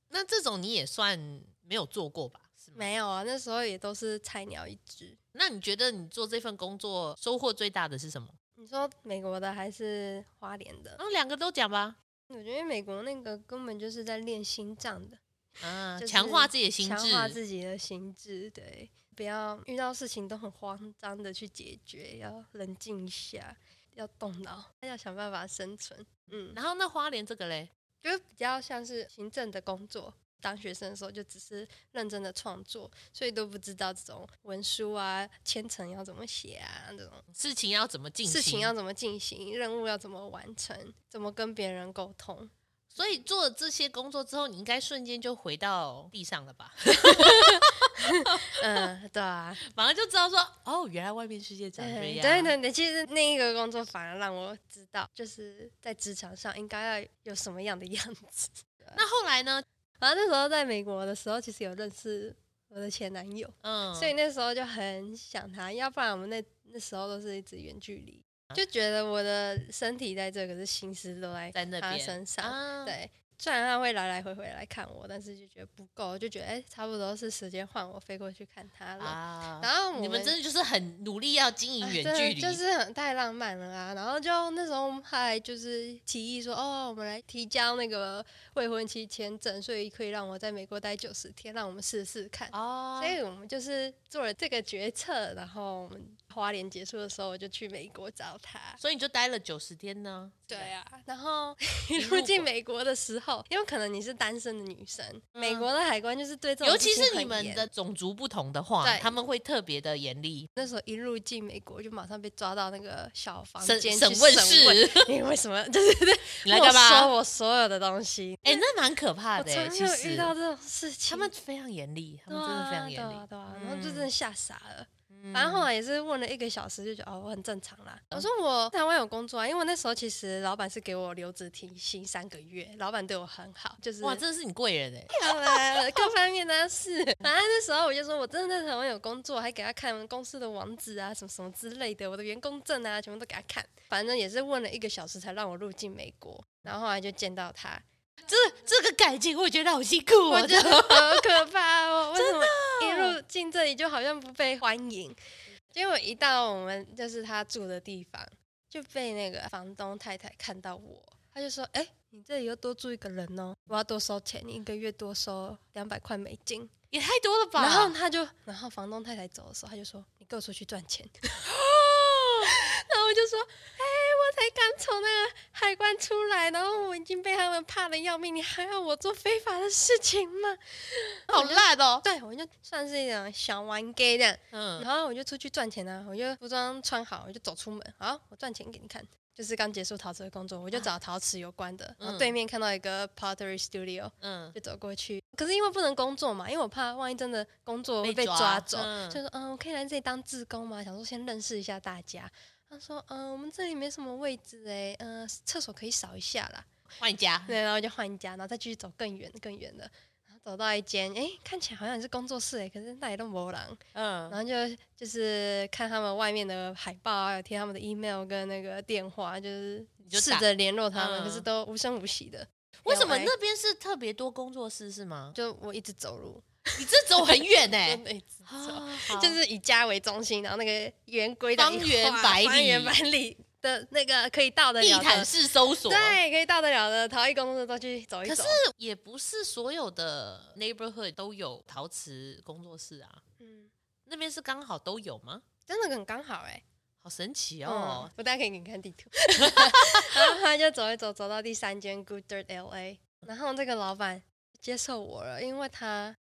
[SPEAKER 3] 那这种你也算没有做过吧？是吗？
[SPEAKER 1] 没有啊，那时候也都是菜鸟一只。
[SPEAKER 3] 那你觉得你做这份工作收获最大的是什么？
[SPEAKER 1] 你说美国的还是花莲的？
[SPEAKER 3] 然后两个都讲吧。
[SPEAKER 1] 我觉得美国那个根本就是在练心脏的，
[SPEAKER 3] 嗯，
[SPEAKER 1] 就是
[SPEAKER 3] 强化自己的心
[SPEAKER 1] 强化
[SPEAKER 3] 智。
[SPEAKER 1] 自己的心智，对，不要遇到事情都很慌张的去解决，要冷静一下，要动脑，要想办法生存。嗯，
[SPEAKER 3] 然后那花莲这个嘞，
[SPEAKER 1] 就是比较像是行政的工作。当学生的时候就只是认真的创作，所以都不知道这种文书啊、千层要怎么写啊，这种
[SPEAKER 3] 事情要怎么进行？
[SPEAKER 1] 事情要怎么进行，任务要怎么完成，怎么跟别人沟
[SPEAKER 3] (laughs)
[SPEAKER 1] 通。
[SPEAKER 3] 所以做了这些工作之后，你应该瞬间就回到地上了吧？ (laughs)
[SPEAKER 1] 嗯，对啊，
[SPEAKER 3] 马上就知道说，哦，原来外面世界长这
[SPEAKER 1] 对
[SPEAKER 3] 样。
[SPEAKER 1] 嗯对对对，其实那一个工作反而让我知道，就是在职场上应该要有什么样的样子。 (laughs)
[SPEAKER 3] 那后来呢？
[SPEAKER 1] 然后那时候在美国的时候，其实有认识我的前男友，
[SPEAKER 3] 嗯，
[SPEAKER 1] 所以那时候就很想他，要不然我们那那时候都是一直远距离，
[SPEAKER 3] 啊
[SPEAKER 1] 就觉得我的身体在这，可是心思都在
[SPEAKER 3] 在那
[SPEAKER 1] 他
[SPEAKER 3] 边
[SPEAKER 1] 身上。
[SPEAKER 3] 啊，
[SPEAKER 1] 对，虽然他会来来回回来看我，但是就觉得不够，就觉得哎、差不多是时间换我飞过去看他了。
[SPEAKER 3] 啊，
[SPEAKER 1] 然后我
[SPEAKER 3] 你们真的就是很努力要经营
[SPEAKER 1] 啊
[SPEAKER 3] 远
[SPEAKER 1] 真的
[SPEAKER 3] 距离，
[SPEAKER 1] 就是很太浪漫了啊！然后就那时候他还就是提议说，哦，我们来提交那个未婚妻签证，所以可以让我在美国待九十天，让我们试试看。
[SPEAKER 3] 哦
[SPEAKER 1] 所以我们就是做了这个决策，然后我们花莲结束的时候，我就去美国找他。
[SPEAKER 3] 所以你就待了九十天呢。
[SPEAKER 1] 对
[SPEAKER 3] 是吧，
[SPEAKER 1] 啊，然后一
[SPEAKER 3] 一
[SPEAKER 1] 路
[SPEAKER 3] 路
[SPEAKER 1] 进
[SPEAKER 3] 走
[SPEAKER 1] 美国的时候，因为可能你是单身的女生，美
[SPEAKER 3] 嗯
[SPEAKER 1] 国的海关就是对这种
[SPEAKER 3] 尤
[SPEAKER 1] 事
[SPEAKER 3] 其
[SPEAKER 1] 情
[SPEAKER 3] 是你
[SPEAKER 1] 很
[SPEAKER 3] 们
[SPEAKER 1] 严
[SPEAKER 3] 的种族不同的话
[SPEAKER 1] 对，
[SPEAKER 3] 他们会特别的严厉，
[SPEAKER 1] 那时候一入境美国就马上被抓到那个小房
[SPEAKER 3] 审
[SPEAKER 1] 间
[SPEAKER 3] 审
[SPEAKER 1] 去
[SPEAKER 3] 问
[SPEAKER 1] 审问，
[SPEAKER 3] 室，
[SPEAKER 1] 你为什么？对对对，
[SPEAKER 3] 你来干
[SPEAKER 1] 没收
[SPEAKER 3] 嘛？
[SPEAKER 1] 我所有的东西。
[SPEAKER 3] 哎，那蛮可怕
[SPEAKER 1] 我
[SPEAKER 3] 的
[SPEAKER 1] 从来
[SPEAKER 3] 欸，
[SPEAKER 1] 没
[SPEAKER 3] 其
[SPEAKER 1] 有遇
[SPEAKER 3] 实
[SPEAKER 1] 到这种事情，
[SPEAKER 3] 他们非常严厉，他
[SPEAKER 1] 对
[SPEAKER 3] 们真的非
[SPEAKER 1] 啊
[SPEAKER 3] 常
[SPEAKER 1] 对
[SPEAKER 3] 严
[SPEAKER 1] 啊
[SPEAKER 3] 厉。
[SPEAKER 1] 对啊，然后就真的
[SPEAKER 3] 嗯
[SPEAKER 1] 吓傻了。
[SPEAKER 3] 嗯
[SPEAKER 1] 反正后来也是问了一个小时，就觉得哦，我很正常啦。我说我台湾有工作啊，因为我那时候其实老板是给我留职停薪三个月，老板对我很好，就是
[SPEAKER 3] 嗯哇，真的是你贵
[SPEAKER 1] (laughs)
[SPEAKER 3] 人哎，
[SPEAKER 1] 漂亮，各方面都是。反正那时候我就说我真的在台湾有工作，还给他看公司的网址啊，什么什么之类的，我的员工证啊，全部都给他看。反正也是问了一个小时才让我入境美国，然后后来就见到他，
[SPEAKER 3] 这这个感情我觉得好辛苦
[SPEAKER 1] 我
[SPEAKER 3] 啊，
[SPEAKER 1] 觉得好可怕哦！为什么一入境这里就好像不被欢迎？结果一到我们就是他住的地方，就被那个房东太太看到我，他就说：“哎、你这里又多住一个人哦，我要多收钱，你一个月多收两百块美金。”
[SPEAKER 3] 也太多了吧？
[SPEAKER 1] 然后他就，啊然后房东太太走的时候，他就说：“你给我出去赚 (laughs) 钱。”然后我就说：“哎、我才刚从那个海关出来，然后我已经被他们怕的要命，你还要我做非法的事情吗？
[SPEAKER 3] 好烂哦，
[SPEAKER 1] 对我就算是一种小玩 gay 这样。
[SPEAKER 3] 嗯，
[SPEAKER 1] 然后我就出去赚钱啊，我就服装穿好，我就走出门，好，我赚钱给你看。就是刚结束陶瓷的工作，我就找陶瓷有关的，然后对面看到一个 pottery studio，
[SPEAKER 3] 嗯，
[SPEAKER 1] 就走过去。可是因为不能工作嘛，因为我怕万一真的工作会
[SPEAKER 3] 被
[SPEAKER 1] 被
[SPEAKER 3] 抓
[SPEAKER 1] 抓走，
[SPEAKER 3] 嗯
[SPEAKER 1] 就说嗯，我可以来这里当志工嘛，想说先认识一下大家。他说嗯，我们这里没什么位置哎、嗯，厕所可以扫一下啦。
[SPEAKER 3] 换家，
[SPEAKER 1] 对，然后就换一家，然后再继续走更远更远的，然后走到一间哎、看起来好像也是工作室哎、可是那里都没人。
[SPEAKER 3] 嗯
[SPEAKER 1] 然，后就就是看他们外面的海报啊，有贴他们的 email 跟那个电话，就是
[SPEAKER 3] 就
[SPEAKER 1] 试
[SPEAKER 3] 打
[SPEAKER 1] 着哎联络他们，
[SPEAKER 3] 嗯哎
[SPEAKER 1] 可是都无声无息的。
[SPEAKER 3] 为什
[SPEAKER 1] 没
[SPEAKER 3] 么
[SPEAKER 1] 有来
[SPEAKER 3] 那边是特别多工作室是吗？
[SPEAKER 1] 就我一直走路，
[SPEAKER 3] 你这走很
[SPEAKER 1] (laughs)
[SPEAKER 3] 远哎、
[SPEAKER 1] 真的一直走，
[SPEAKER 3] 啊，
[SPEAKER 1] 就
[SPEAKER 3] 就是
[SPEAKER 1] 是以家为中心，然后那个圆规的
[SPEAKER 3] 方圆
[SPEAKER 1] 画
[SPEAKER 3] 百
[SPEAKER 1] 方圆
[SPEAKER 3] 里
[SPEAKER 1] 百里的那个可以到得
[SPEAKER 3] 地
[SPEAKER 1] 了
[SPEAKER 3] 毯
[SPEAKER 1] 的，
[SPEAKER 3] 式搜索。
[SPEAKER 1] 对，可以到得了的陶艺工作都去走一
[SPEAKER 3] 可
[SPEAKER 1] 走。
[SPEAKER 3] 是也不是所有的 neighborhood 都有陶瓷工作室啊，
[SPEAKER 1] 嗯，
[SPEAKER 3] 那边是刚好都有吗？
[SPEAKER 1] 真的很刚好哎、
[SPEAKER 3] 好神奇
[SPEAKER 1] 哦
[SPEAKER 3] 哦！，
[SPEAKER 1] 我大家可以给你看地
[SPEAKER 3] (laughs)
[SPEAKER 1] 图。然后他就走一走，走到第三间 Good Dirt LA，然后这个老板接受我了，因为他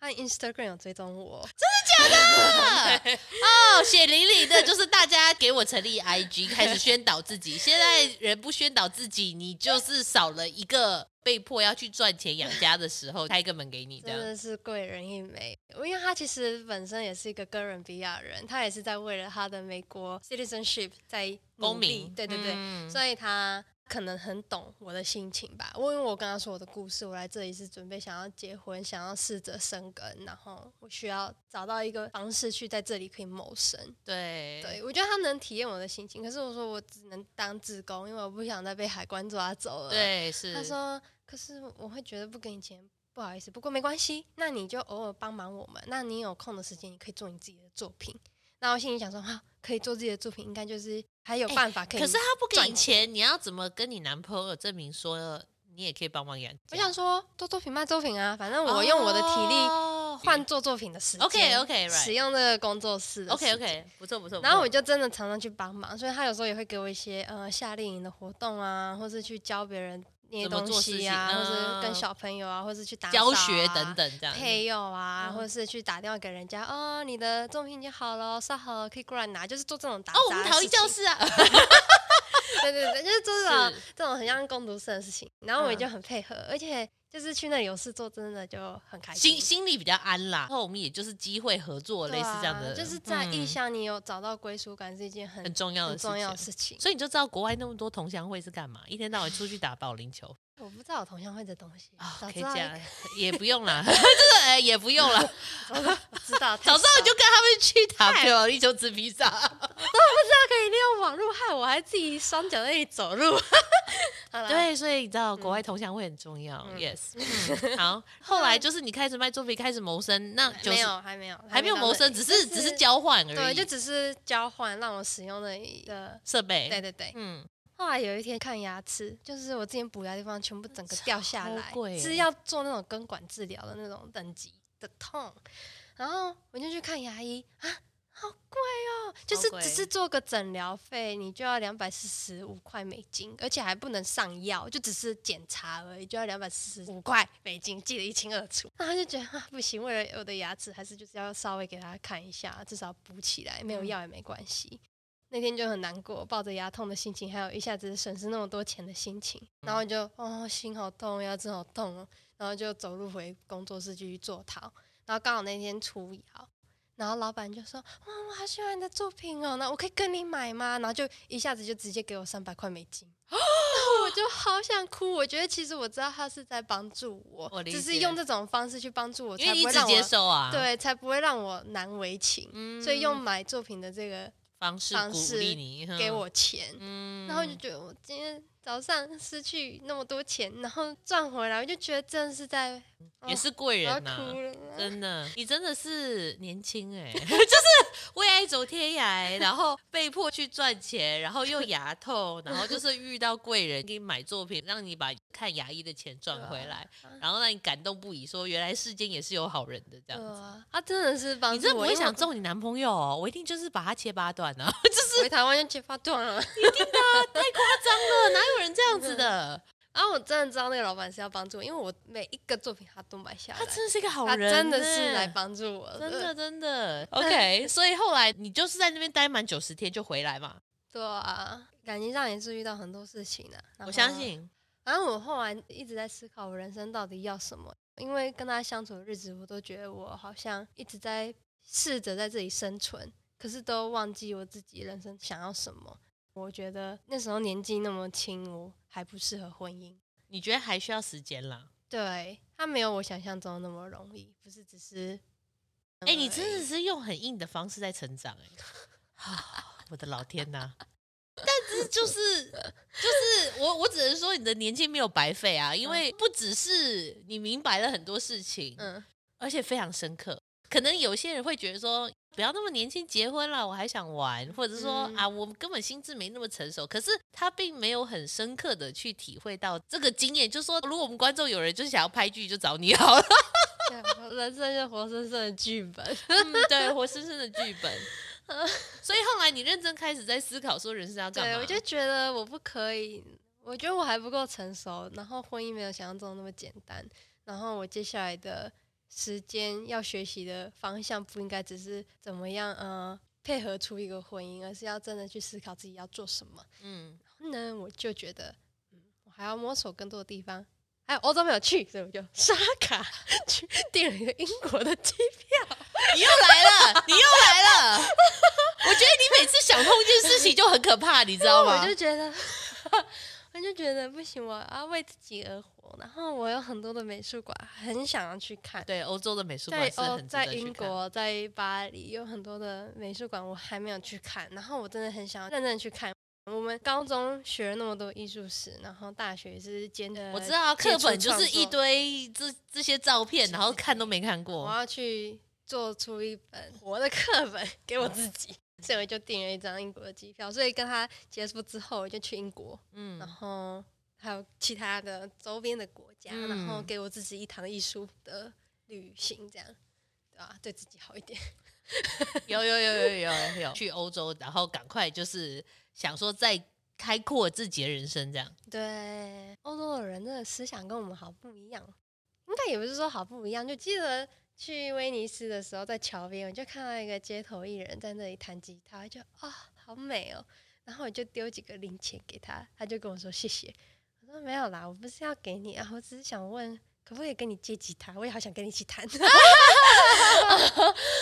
[SPEAKER 1] 他 Instagram 有追踪我，嗯
[SPEAKER 3] (laughs) 哦，血淋淋的，就是大家给我成立 IG，开始宣导自己。现在人不宣导自己，你就是少了一个被迫要去赚钱养家的时候，开一个门给你这
[SPEAKER 1] 真
[SPEAKER 3] 样。
[SPEAKER 1] 的是贵人一枚。因为他其实本身也是一个哥伦比亚人，他也是在为了他的美国 citizenship 在努力
[SPEAKER 3] 公民
[SPEAKER 1] 对对对，
[SPEAKER 3] 嗯
[SPEAKER 1] 所以他可能很懂我的心情吧。我因为我跟他说我的故事，我来这里是准备想要结婚，想要试着生根，然后我需要找到一个方式去在这里可以谋生。
[SPEAKER 3] 对
[SPEAKER 1] 对，我觉得他能体验我的心情，可是我说我只能当志工，因为我不想再被海关抓走了。，
[SPEAKER 3] 对是。
[SPEAKER 1] 他说，可是我会觉得不给你钱。不好意思，不过没关系，那你就偶尔帮忙我们。那你有空的时间，你可以做你自己的作品。那我心里想说，啊，可以做自己的作品，应该就是还有
[SPEAKER 3] 哎
[SPEAKER 1] 办法可以。
[SPEAKER 3] 可是他不给
[SPEAKER 1] 赚
[SPEAKER 3] 你钱，你要怎么跟你男朋友证明说你也可以帮忙养家？
[SPEAKER 1] 我想说，做作品卖作品啊，反正我用我的体力
[SPEAKER 3] 力
[SPEAKER 1] 换做作品的时间。
[SPEAKER 3] OK，OK，right
[SPEAKER 1] 使用这个工作室的时
[SPEAKER 3] OK
[SPEAKER 1] 间。
[SPEAKER 3] OK，不错不错。不
[SPEAKER 1] 然后
[SPEAKER 3] 错
[SPEAKER 1] 我就真的常常去帮忙，所以他有时候也会给我一些呃夏令营的活动啊，或是去教别人捏
[SPEAKER 3] 怎么
[SPEAKER 1] 东
[SPEAKER 3] 做事
[SPEAKER 1] 西
[SPEAKER 3] 情
[SPEAKER 1] 啊，或
[SPEAKER 3] 嗯
[SPEAKER 1] 是跟小朋友啊，或是去打、
[SPEAKER 3] 教学等。等这样子。
[SPEAKER 1] 配釉啊，
[SPEAKER 3] 嗯
[SPEAKER 1] 或是去打电话给人家，哦，你的作品已经好了，烧好了，可以过来拿，就是做这种打
[SPEAKER 3] 哦，我
[SPEAKER 1] 杂
[SPEAKER 3] 们
[SPEAKER 1] 的
[SPEAKER 3] 逃逸
[SPEAKER 1] 事
[SPEAKER 3] 教
[SPEAKER 1] 情，
[SPEAKER 3] 室啊，啊
[SPEAKER 1] 对对对，就是做这种 (laughs)
[SPEAKER 3] 是
[SPEAKER 1] 这种很像工读生的事情，然后我也
[SPEAKER 3] 嗯
[SPEAKER 1] 就很配合，而且就是去那里有事做，真的就很开心
[SPEAKER 3] 心。心里比较安啦。然后我们也就是机会合作，类
[SPEAKER 1] 对
[SPEAKER 3] 似这样
[SPEAKER 1] 啊
[SPEAKER 3] 的，
[SPEAKER 1] 就是在异
[SPEAKER 3] 嗯
[SPEAKER 1] 乡你有找到归属感是一件很
[SPEAKER 3] 很重要的
[SPEAKER 1] 很重要的
[SPEAKER 3] 事情。
[SPEAKER 1] 事情。
[SPEAKER 3] 所以你就知道国外那么多同乡会是干嘛，一天到晚出去打保龄
[SPEAKER 1] (laughs)
[SPEAKER 3] 球
[SPEAKER 1] 我不知道有同乡会的东西，
[SPEAKER 3] 啊、
[SPEAKER 1] 哦早
[SPEAKER 3] 可
[SPEAKER 1] 知
[SPEAKER 3] 以
[SPEAKER 1] 道
[SPEAKER 3] 这样，也不用啦， (laughs) 这个哎、也不
[SPEAKER 1] (laughs)
[SPEAKER 3] 用啦， (laughs)
[SPEAKER 1] 我知道，
[SPEAKER 3] 早知道你就跟他们去打保龄球吃披萨，
[SPEAKER 1] 他可以利用网络害我，还自己双脚在那里走路。 (laughs) 好啦，
[SPEAKER 3] 对，所以你知道国
[SPEAKER 1] 嗯
[SPEAKER 3] 外同乡会很重要、y
[SPEAKER 1] (laughs)
[SPEAKER 3] e s 好，后来就是你开始卖作品，开始谋生，那就是
[SPEAKER 1] 没有，还没有，
[SPEAKER 3] 还没有
[SPEAKER 1] 到
[SPEAKER 3] 谋生，
[SPEAKER 1] 那里
[SPEAKER 3] 只是
[SPEAKER 1] 就
[SPEAKER 3] 只是交换而已，
[SPEAKER 1] 对，就只是交换让我使用那里的。
[SPEAKER 3] 设备，
[SPEAKER 1] 对对对，
[SPEAKER 3] 嗯，
[SPEAKER 1] 后来有一天看牙齿，就是我之前补牙的地方全部整个掉下来
[SPEAKER 3] 超贵，欸
[SPEAKER 1] 是要做那种根管治疗的那种等级的痛，然后我就去看牙医啊，好贵哦，就是
[SPEAKER 3] 贵
[SPEAKER 1] 只是做个诊疗费，你就要两百四十五块美金，而且还不能上药，就只是检查而已，就要两百四十五块美金，记得一清二楚。那他就觉得啊，不行，为了我的牙齿，还是就是要稍微给他看一下，至少补起来，没有药也没关系。那天就很难过，抱着牙痛的心情，还有一下子损失那么多钱的心情，然后就哦心好痛，牙齿好痛哦，然后就走路回工作室继续做陶，然后刚好那天出窑，然后老板就说哇我好喜欢你的作品哦，那我可以跟你买吗？然后就一下子就直接给我三百块美
[SPEAKER 3] (gasps)
[SPEAKER 1] 金。那我就好想哭，我觉得其实我知道他是在帮助我，
[SPEAKER 3] 我理
[SPEAKER 1] 只是
[SPEAKER 3] 解
[SPEAKER 1] 用这种方式去帮助我，
[SPEAKER 3] 因为
[SPEAKER 1] 才
[SPEAKER 3] 你
[SPEAKER 1] 不会
[SPEAKER 3] 只
[SPEAKER 1] 让我
[SPEAKER 3] 接受啊，，
[SPEAKER 1] 对，才不会让我难为情。
[SPEAKER 3] 嗯
[SPEAKER 1] 所以用买作品的这个
[SPEAKER 3] 方式
[SPEAKER 1] 方
[SPEAKER 3] 鼓
[SPEAKER 1] 式
[SPEAKER 3] 励你
[SPEAKER 1] 给，我钱，
[SPEAKER 3] 嗯
[SPEAKER 1] 然后就觉得我今天早上失去那么多钱，然后赚回来，我就觉得真的是在哦
[SPEAKER 3] 也是贵
[SPEAKER 1] 我要
[SPEAKER 3] 人
[SPEAKER 1] 哭
[SPEAKER 3] 呐、
[SPEAKER 1] 了。啊 (laughs)
[SPEAKER 3] 真的，你真的是年轻哎、就是为爱走天涯、欸，然后被迫去赚钱，然后又牙痛，然后就是遇到贵人给你买作品，让你把看牙医的钱赚回来，
[SPEAKER 1] 啊
[SPEAKER 3] 然后让你感动不已，说原来世间也是有好人的这
[SPEAKER 1] 对
[SPEAKER 3] 样子。
[SPEAKER 1] 啊，他真的是帮
[SPEAKER 3] 你
[SPEAKER 1] 助
[SPEAKER 3] 真的不
[SPEAKER 1] 我。
[SPEAKER 3] 会
[SPEAKER 1] 因为
[SPEAKER 3] 想
[SPEAKER 1] 我
[SPEAKER 3] 揍你男朋友哦，我一定就是把他切八段啊！
[SPEAKER 1] 回台湾就结发啊断了，
[SPEAKER 3] 真的，哪有人这样子的？
[SPEAKER 1] 然后我真的知道那个老板是要帮助我，因为我每一个作品他都买下来，
[SPEAKER 3] 他真的是一个好
[SPEAKER 1] 他
[SPEAKER 3] 人、欸
[SPEAKER 1] 真的是来。呃帮助我
[SPEAKER 3] 真的真的，OK，所以后来你就是在那边待满九十天就回来嘛，
[SPEAKER 1] 对啊，感情上也是遇到很多事情啊。然
[SPEAKER 3] 我相
[SPEAKER 1] 后
[SPEAKER 3] 信，
[SPEAKER 1] 然后我后来一直在思考我人生到底要什么，因为跟他相处的日子，我都觉得我好像一直在试着在这里生存，可是都忘记我自己人生想要什么。我觉得那时候年纪那么轻，我还不适合婚姻。
[SPEAKER 3] 你觉得还需要时间啦。
[SPEAKER 1] 对他没有我想象中那么容易，不是只是……嗯
[SPEAKER 3] 哎、你真的是用很硬的方式在成长、哎， (sighs) 啊我的老天呐！但是
[SPEAKER 1] (laughs)
[SPEAKER 3] 就是就是我我只能说你的年轻没有白费啊，因为不只是你明白了很多事情，
[SPEAKER 1] (laughs) 嗯，
[SPEAKER 3] 而且非常深刻。可能有些人会觉得说，不要那么年轻结婚了，我还想玩，或者是说、
[SPEAKER 1] 嗯
[SPEAKER 3] 啊，我根本心智没那么成熟。可是他并没有很深刻的去体会到这个经验，就是说，如果我们观众有人就是想要拍剧，就找你好了， (laughs)
[SPEAKER 1] 对人生就活生生的剧本。
[SPEAKER 3] 嗯、对，活生生的剧本。 (laughs) 所以后来你认真开始在思考说人生要干
[SPEAKER 1] 对，
[SPEAKER 3] 嘛？
[SPEAKER 1] 我就觉得我不可以，我觉得我还不够成熟，然后婚姻没有想象中那么简单，然后我接下来的时间要学习的方向不应该只是怎么样，呃，配合出一个婚姻，而是要真的去思考自己要做什么。
[SPEAKER 3] 嗯， (laughs)
[SPEAKER 1] 那我就觉得，嗯，我还要摸索更多的地方。还有欧洲没有去，所以我
[SPEAKER 3] (laughs)
[SPEAKER 1] 就刷卡去订了一个英国的机票。
[SPEAKER 3] 你又来了，你又来了。 (laughs) 我觉得你每次想通一件事情就很可怕，你知道哦吗？
[SPEAKER 1] 我就觉得， (laughs) 我就觉得不行，我要为自己而活。然后我有很多的美术馆，很想要去看。
[SPEAKER 3] 对欧洲的美术
[SPEAKER 1] 在
[SPEAKER 3] 馆是
[SPEAKER 1] 欧
[SPEAKER 3] 很，值
[SPEAKER 1] 在
[SPEAKER 3] 得去
[SPEAKER 1] 英
[SPEAKER 3] 看。
[SPEAKER 1] 国，在巴黎有很多的美术馆，我还没有去看。然后我真的很想要认真地去看。我们高中学了那么多艺术史，然后大学也是兼
[SPEAKER 3] 我知道啊课本就
[SPEAKER 1] 接
[SPEAKER 3] 是
[SPEAKER 1] 触
[SPEAKER 3] 一
[SPEAKER 1] 创作
[SPEAKER 3] 堆这这些照片，然后看都没看
[SPEAKER 1] 我
[SPEAKER 3] 过。
[SPEAKER 1] 要去做出一本 (laughs) 活的课本给我自己， (laughs) 所以我就订了一张英国的机票。所以跟他结束之后，我就去英国， (laughs)
[SPEAKER 3] 嗯
[SPEAKER 1] 然，后还有其他的周边的国家，然后
[SPEAKER 3] 嗯
[SPEAKER 1] 给我自己一堂艺术的旅行，这样对吧、对自己好一点。
[SPEAKER 3] 有有有有有有有去欧洲，然后赶快就是想说再开阔自己的人生这样。
[SPEAKER 1] 对，欧洲的人的思想跟我们好不一样，应该也不是说好不一样，就记得去威尼斯的时候，在桥边我就看到一个街头艺人在那里弹吉他，就啊、好美哦，然后我就丢几个零钱给他，他就跟我说谢谢，我说没有啦，我不是要给你啊，我只是想问。可不可以跟你借吉他？我也好想跟你一起弹。 (laughs)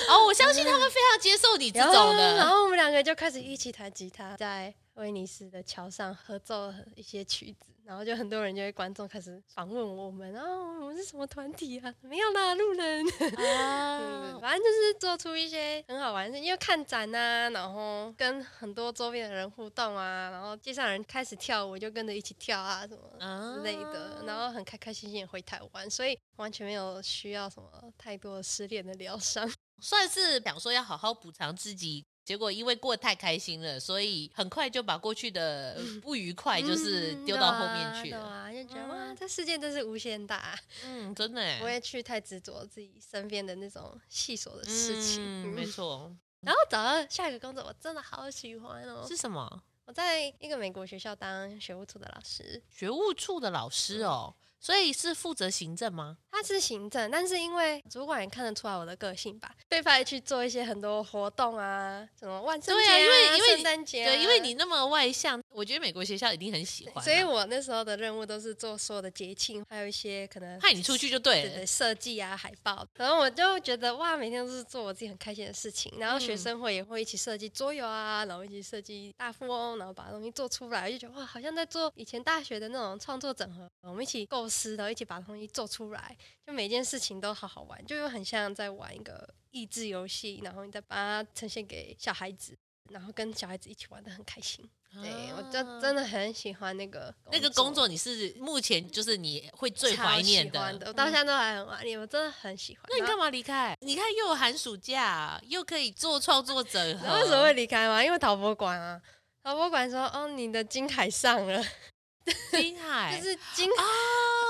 [SPEAKER 3] 哦，我相信他们非常接受你这
[SPEAKER 1] 然后
[SPEAKER 3] 种
[SPEAKER 1] 呢，哦
[SPEAKER 3] (laughs)
[SPEAKER 1] 然
[SPEAKER 3] 的。
[SPEAKER 1] 后我们两个就开始一起弹吉他，在威尼斯的桥上合奏了一些曲子，然后就很多人就会观众开始访问我们，然后我们是什么团体啊？没有啦，路人。 (laughs)
[SPEAKER 3] 啊
[SPEAKER 1] 嗯，反正就是做出一些很好玩的事，因为看展啊，然后跟很多周边的人互动啊，然后街上人开始跳舞，就跟着一起跳啊什么
[SPEAKER 3] 啊
[SPEAKER 1] 之类的，然后很开开心心地回台湾，所以完全没有需要什么太多失恋的疗伤。
[SPEAKER 3] 算是想说要好好补偿自己，结果因为过得太开心了，所以很快就把过去的呃不愉快就是
[SPEAKER 1] 嗯
[SPEAKER 3] 丢到后面去
[SPEAKER 1] 对
[SPEAKER 3] 了。
[SPEAKER 1] 啊，对啊就觉得哇，
[SPEAKER 3] 嗯
[SPEAKER 1] 这世界真是无限大、
[SPEAKER 3] 嗯，真的耶。
[SPEAKER 1] 不会去太执着自己身边的那种细琐的事情。
[SPEAKER 3] 嗯
[SPEAKER 1] 嗯 (laughs)
[SPEAKER 3] 没错。
[SPEAKER 1] 然后找到下一个工作，我真的好喜欢哦！
[SPEAKER 3] 是什么？
[SPEAKER 1] 我在一个美国学校当学务处的老师，
[SPEAKER 3] 学务处的老
[SPEAKER 1] 嗯
[SPEAKER 3] 师哦，所以是负责行政吗？
[SPEAKER 1] 他是行政，但是因为主管也看得出来我的个性吧，被派去做一些很多活动啊，什么万圣节、
[SPEAKER 3] 对啊因为因为
[SPEAKER 1] 圣诞节啊、
[SPEAKER 3] 对，因为你那么外向，我觉得美国学校一定很喜欢啊、
[SPEAKER 1] 所以我那时候的任务都是做所有的节庆，还有一些可能
[SPEAKER 3] 派你出去就对
[SPEAKER 1] 对对，
[SPEAKER 3] 了。
[SPEAKER 1] 设计啊、海报，然后我就觉得哇，每天都是做我自己很开心的事情。然后学
[SPEAKER 3] 嗯
[SPEAKER 1] 生会也会一起设计桌游啊，然后一起设计大富翁，然后把东西做出来，就觉得哇，好像在做以前大学的那种创作整合，我们一起构思，然后一起把东西做出来，就每件事情都好好玩，就很像在玩一个益智游戏，然后你再把它呈现给小孩子。然后跟小孩子一起玩的很开心，对、我就真
[SPEAKER 3] 的
[SPEAKER 1] 的很喜欢那个
[SPEAKER 3] 啊那个工作，你是目前就是你会最怀念
[SPEAKER 1] 超喜欢的，我
[SPEAKER 3] 嗯
[SPEAKER 1] 到现在都还很怀念，我真的很喜欢。
[SPEAKER 3] 那你
[SPEAKER 1] 然后
[SPEAKER 3] 干嘛离开？你看又有寒暑假，又可以做创作整合
[SPEAKER 1] 然后为什么会离开吗？因为陶博馆啊，陶博馆说：“哦，你的金海上了，(laughs)
[SPEAKER 3] 金
[SPEAKER 1] 就
[SPEAKER 3] 海？
[SPEAKER 1] 是金。
[SPEAKER 3] 哦，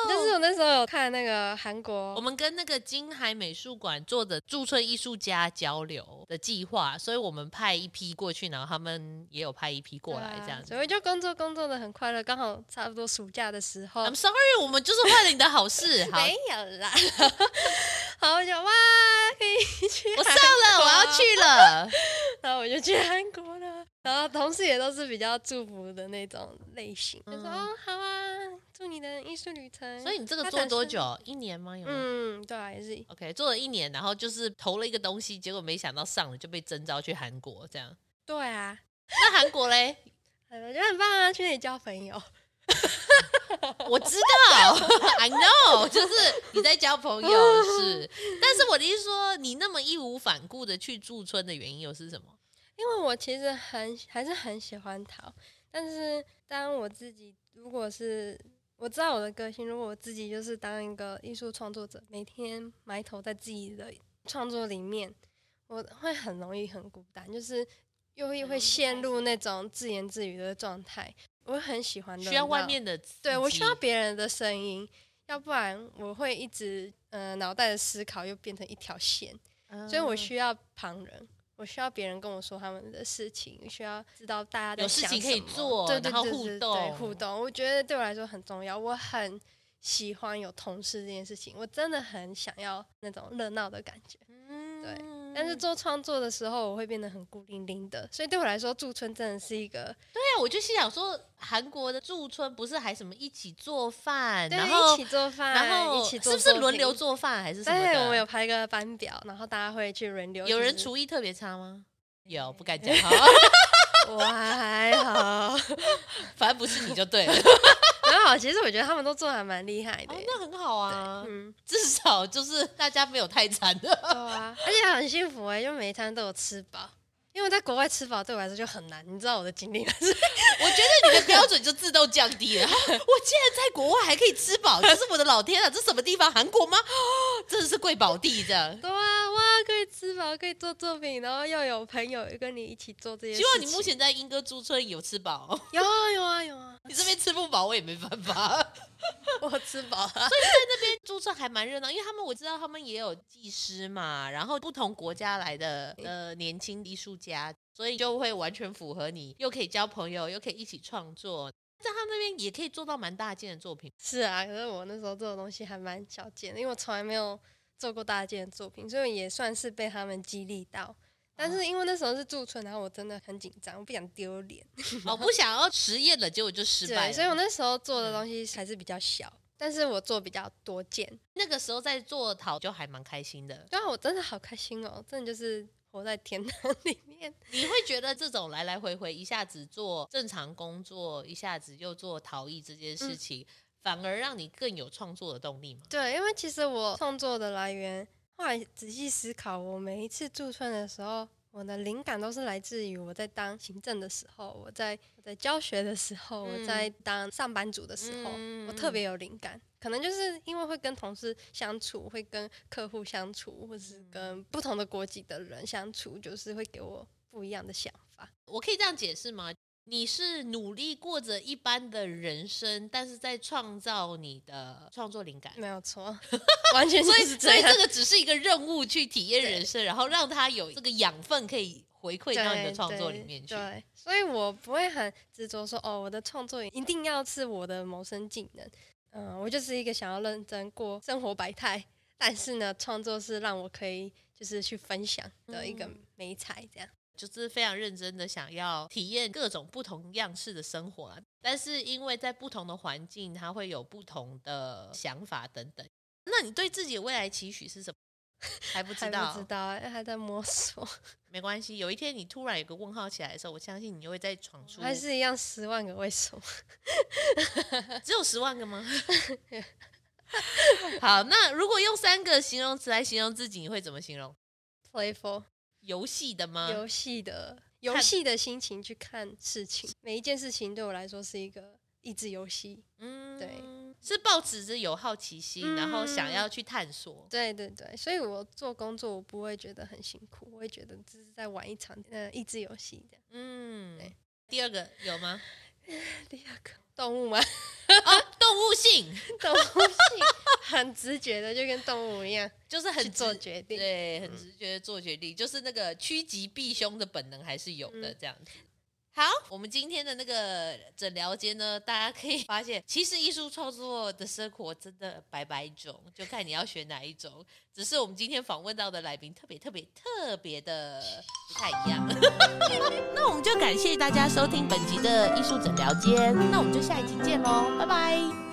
[SPEAKER 1] 就是我那时候有看那个韩国，
[SPEAKER 3] 我们跟那个金海美术馆做的驻村艺术家交流的计划，所以我们派一批过去，然后他们也有派一批过来，
[SPEAKER 1] 对啊
[SPEAKER 3] 这样子。
[SPEAKER 1] 所以就工作工作的很快乐，刚好差不多暑假的时候
[SPEAKER 3] I'm，sorry，我们就是坏了你的好
[SPEAKER 1] (laughs)
[SPEAKER 3] 事。好，
[SPEAKER 1] 没有啦。好，我想哇，可以去
[SPEAKER 3] 我上
[SPEAKER 1] 韩
[SPEAKER 3] 了，
[SPEAKER 1] 国
[SPEAKER 3] 我要去了。
[SPEAKER 1] (laughs) 然后我就去韩国了。然后同事也都是比较祝福的那种类型，就说：“
[SPEAKER 3] 嗯
[SPEAKER 1] 哦，好啊，祝你的艺术旅程。”
[SPEAKER 3] 所以你这个
[SPEAKER 1] 发
[SPEAKER 3] 做
[SPEAKER 1] 展
[SPEAKER 3] 多
[SPEAKER 1] 顺利？
[SPEAKER 3] 久？一年吗？有吗、
[SPEAKER 1] 嗯，对啊，也是
[SPEAKER 3] o k 做了一年，然后就是投了一个东西，结果没想到上了就被征召去韩国，这样。
[SPEAKER 1] 对啊，
[SPEAKER 3] 那韩
[SPEAKER 1] (laughs)
[SPEAKER 3] 国嘞？
[SPEAKER 1] 我觉得很棒啊，去那里交朋友。
[SPEAKER 3] 我知
[SPEAKER 1] (laughs)
[SPEAKER 3] 道 (laughs) ，I know，就是你在交朋友是，但是我的意思说，你那么义无反顾的去驻村的原因又是什么？
[SPEAKER 1] 因为我其实很还是很喜欢陶，但是当我自己如果是我知道我的个性，如果我自己就是当一个艺术创作者，每天埋头在自己的创作里面，我会很容易很孤单，就是又会
[SPEAKER 3] 嗯
[SPEAKER 1] 会陷入那种自言自语的状态。我很喜欢
[SPEAKER 3] 需要外
[SPEAKER 1] 热闹
[SPEAKER 3] 面的刺激，
[SPEAKER 1] 对我需要别人的声音，要不然我会一直呃脑袋的思考又变成一条线，
[SPEAKER 3] 嗯，
[SPEAKER 1] 所以我需要旁人，我需要别人跟我说他们的事情，需要知道大家在
[SPEAKER 3] 有事
[SPEAKER 1] 想
[SPEAKER 3] 情可
[SPEAKER 1] 什
[SPEAKER 3] 以
[SPEAKER 1] 么
[SPEAKER 3] 做
[SPEAKER 1] 对对
[SPEAKER 3] 然后
[SPEAKER 1] 对
[SPEAKER 3] 互
[SPEAKER 1] 对对
[SPEAKER 3] 动
[SPEAKER 1] 互动，我觉得对我来说很重要，我很。喜欢有同事这件事情，我真的很想要那种热闹的感觉。对
[SPEAKER 3] 嗯
[SPEAKER 1] 但是做创作的时候，我会变得很孤零零的，所以对我来说，驻村真的是一个
[SPEAKER 3] 对啊，我就心想说，韩国的驻村不是还什么一起做饭，
[SPEAKER 1] 对
[SPEAKER 3] 然后
[SPEAKER 1] 一起做饭，
[SPEAKER 3] 然后
[SPEAKER 1] 一起
[SPEAKER 3] 是
[SPEAKER 1] 做
[SPEAKER 3] 不是
[SPEAKER 1] 作
[SPEAKER 3] 轮
[SPEAKER 1] 品
[SPEAKER 3] 流做饭还是什么
[SPEAKER 1] 对，
[SPEAKER 3] 的？
[SPEAKER 1] 我们有拍个班表，然后大家会去轮流。
[SPEAKER 3] 有人
[SPEAKER 1] 出，
[SPEAKER 3] 厨艺特别差吗？有不敢讲， (laughs) 好
[SPEAKER 1] 我还好，
[SPEAKER 5] 反正不是你就对了，
[SPEAKER 1] 还好。其实我觉得他们都做的还蛮厉害的
[SPEAKER 3] 哦
[SPEAKER 1] 耶。
[SPEAKER 3] 那很好啊，
[SPEAKER 1] 嗯，
[SPEAKER 5] 至少就是大家没有太惨的。 (laughs)
[SPEAKER 1] (laughs) 对啊，而且很幸福哎、就每一餐都有吃饱。因为我在国外吃饱对我来说就很难，你知道我的经历 (laughs) 吗？是
[SPEAKER 5] 我觉得你的标准就自动降低
[SPEAKER 3] (laughs)
[SPEAKER 5] 了。我竟然在国外还可以吃饱，这是我的老天啊！这什么地方？韩国
[SPEAKER 3] (gasps)
[SPEAKER 5] 吗？哦真的是贵宝地这样。
[SPEAKER 1] 对啊，哇，可以吃饱，可以做作品，然后又有朋友跟啊你一起做这些事
[SPEAKER 5] 希
[SPEAKER 1] 情。
[SPEAKER 5] 望你目前在英歌驻村有吃饱，
[SPEAKER 1] 有啊有啊有啊，
[SPEAKER 5] 你这边吃不饱我也没办法。
[SPEAKER 1] (laughs) 我吃饱了。
[SPEAKER 3] 驻村还蛮热闹，因为他们我知道他们也有技师嘛，然后不同国家来的呃年轻艺术家，所以就会完全符合你，又可以交朋友，又可以一起创作。在他们那边也可以做到蛮大件的
[SPEAKER 1] (laughs)
[SPEAKER 3] 作品，
[SPEAKER 1] 是啊，可是我那时候做的东西还蛮小件的，因为我从来没有做过大件的作品，所以我也算是被他们激励到。但是因为那时候是驻村，然后我真的很紧张，我不想丢脸，
[SPEAKER 3] 哦
[SPEAKER 5] 我不想要实验了，结果就失败
[SPEAKER 1] 对，
[SPEAKER 5] 了。
[SPEAKER 1] 所以我那时候做的东西还是比较小，但是我做比较多件，
[SPEAKER 3] 那个时候在做陶就还蛮开心的。
[SPEAKER 1] 啊然后我真的好开心哦，真的就是活在天
[SPEAKER 3] (laughs)
[SPEAKER 1] 堂里面。
[SPEAKER 3] 你会觉得这种来来回回，一下子做正常工作，一下子又做陶艺这件
[SPEAKER 1] 嗯
[SPEAKER 3] 事情，反而让你更有创作的动力吗？
[SPEAKER 1] 对，因为其实我创作的来源，后来仔细思考，我每一次驻村的时候，我的灵感都是来自于我在当行政的时候，我在我在教学的时候，我在当上班族的时候，
[SPEAKER 3] 嗯
[SPEAKER 1] 我特别有灵感。可能就是因为会跟同事相处，会跟客户相处，或是跟不同的国籍的人相处，就是会给我不一样的想法。
[SPEAKER 3] 我可以这样解释吗？你是努力过着一般的人生，但是在创造你的创作灵
[SPEAKER 1] (laughs)
[SPEAKER 3] 感。
[SPEAKER 1] 没有错，完全就
[SPEAKER 3] 所以，
[SPEAKER 1] 是
[SPEAKER 3] 所
[SPEAKER 1] 这
[SPEAKER 3] 以
[SPEAKER 1] 样
[SPEAKER 3] 这。个只是一个任务，去体验人生，然后让它有这个养分可以回馈到你的
[SPEAKER 1] 对
[SPEAKER 3] 创作里
[SPEAKER 1] 对
[SPEAKER 3] 面去。
[SPEAKER 1] 对，所以我不会很执着说哦，我的创作一定要是我的谋生技能。嗯，我就是一个想要认真过生活百态，但是呢，创作是让我可以就是去分享的一个
[SPEAKER 3] 嗯
[SPEAKER 1] 美彩，这样。
[SPEAKER 3] 就是非常认真的想要体验各种不同样式的生活啦。但是因为在不同的环境，它会有不同的想法等等。那你对自己的未来期许是什么？ (laughs) 还不知
[SPEAKER 1] 还
[SPEAKER 3] 道，
[SPEAKER 1] 不知道，还在摸
[SPEAKER 3] (laughs)
[SPEAKER 1] 索，
[SPEAKER 3] 没关系。有一天你突然有个问号起来的时候，我相信你又会再闯出。
[SPEAKER 1] 还是一样十万个为什么。
[SPEAKER 3] 只有十万个吗？ (laughs) 好，那如果用三个形容词来形容自己，你会怎么形容？ (laughs)
[SPEAKER 1] Playful
[SPEAKER 3] 游戏的吗？
[SPEAKER 1] 游戏的游戏的心情去看事情，每一件事情对我来说是一个益智游戏。
[SPEAKER 3] 嗯，
[SPEAKER 1] 对，
[SPEAKER 3] 是抱持着有好奇心，
[SPEAKER 1] 嗯
[SPEAKER 3] 然后想要去探索。
[SPEAKER 1] 对对对，所以我做工作我不会觉得很辛苦，我会觉得只是在玩一场呃益智游戏这样。 (laughs)
[SPEAKER 3] 嗯
[SPEAKER 1] 对，
[SPEAKER 3] 第二个有吗？
[SPEAKER 1] 第二个动物吗？
[SPEAKER 3] (laughs)
[SPEAKER 1] (laughs)
[SPEAKER 3] 哦，动物性
[SPEAKER 1] 动物性很直觉的，就跟动物一样
[SPEAKER 3] 就是
[SPEAKER 1] 去
[SPEAKER 3] 很
[SPEAKER 1] 做
[SPEAKER 3] 直
[SPEAKER 1] 决定。
[SPEAKER 5] 对，
[SPEAKER 3] 很直觉地做决定，就是那个趋吉避凶的本能还是有的这样子。好，我们今天的那个诊疗间呢，大家可以发现， (laughs) 其实艺术创作的生活真的百百种，就看你要选哪一种。只是我们今天访问到的来宾特别特别特别的不太一样。 (laughs) 那我们就感谢大家收听本集的艺术诊疗间，那我们就下一集见喽，拜拜。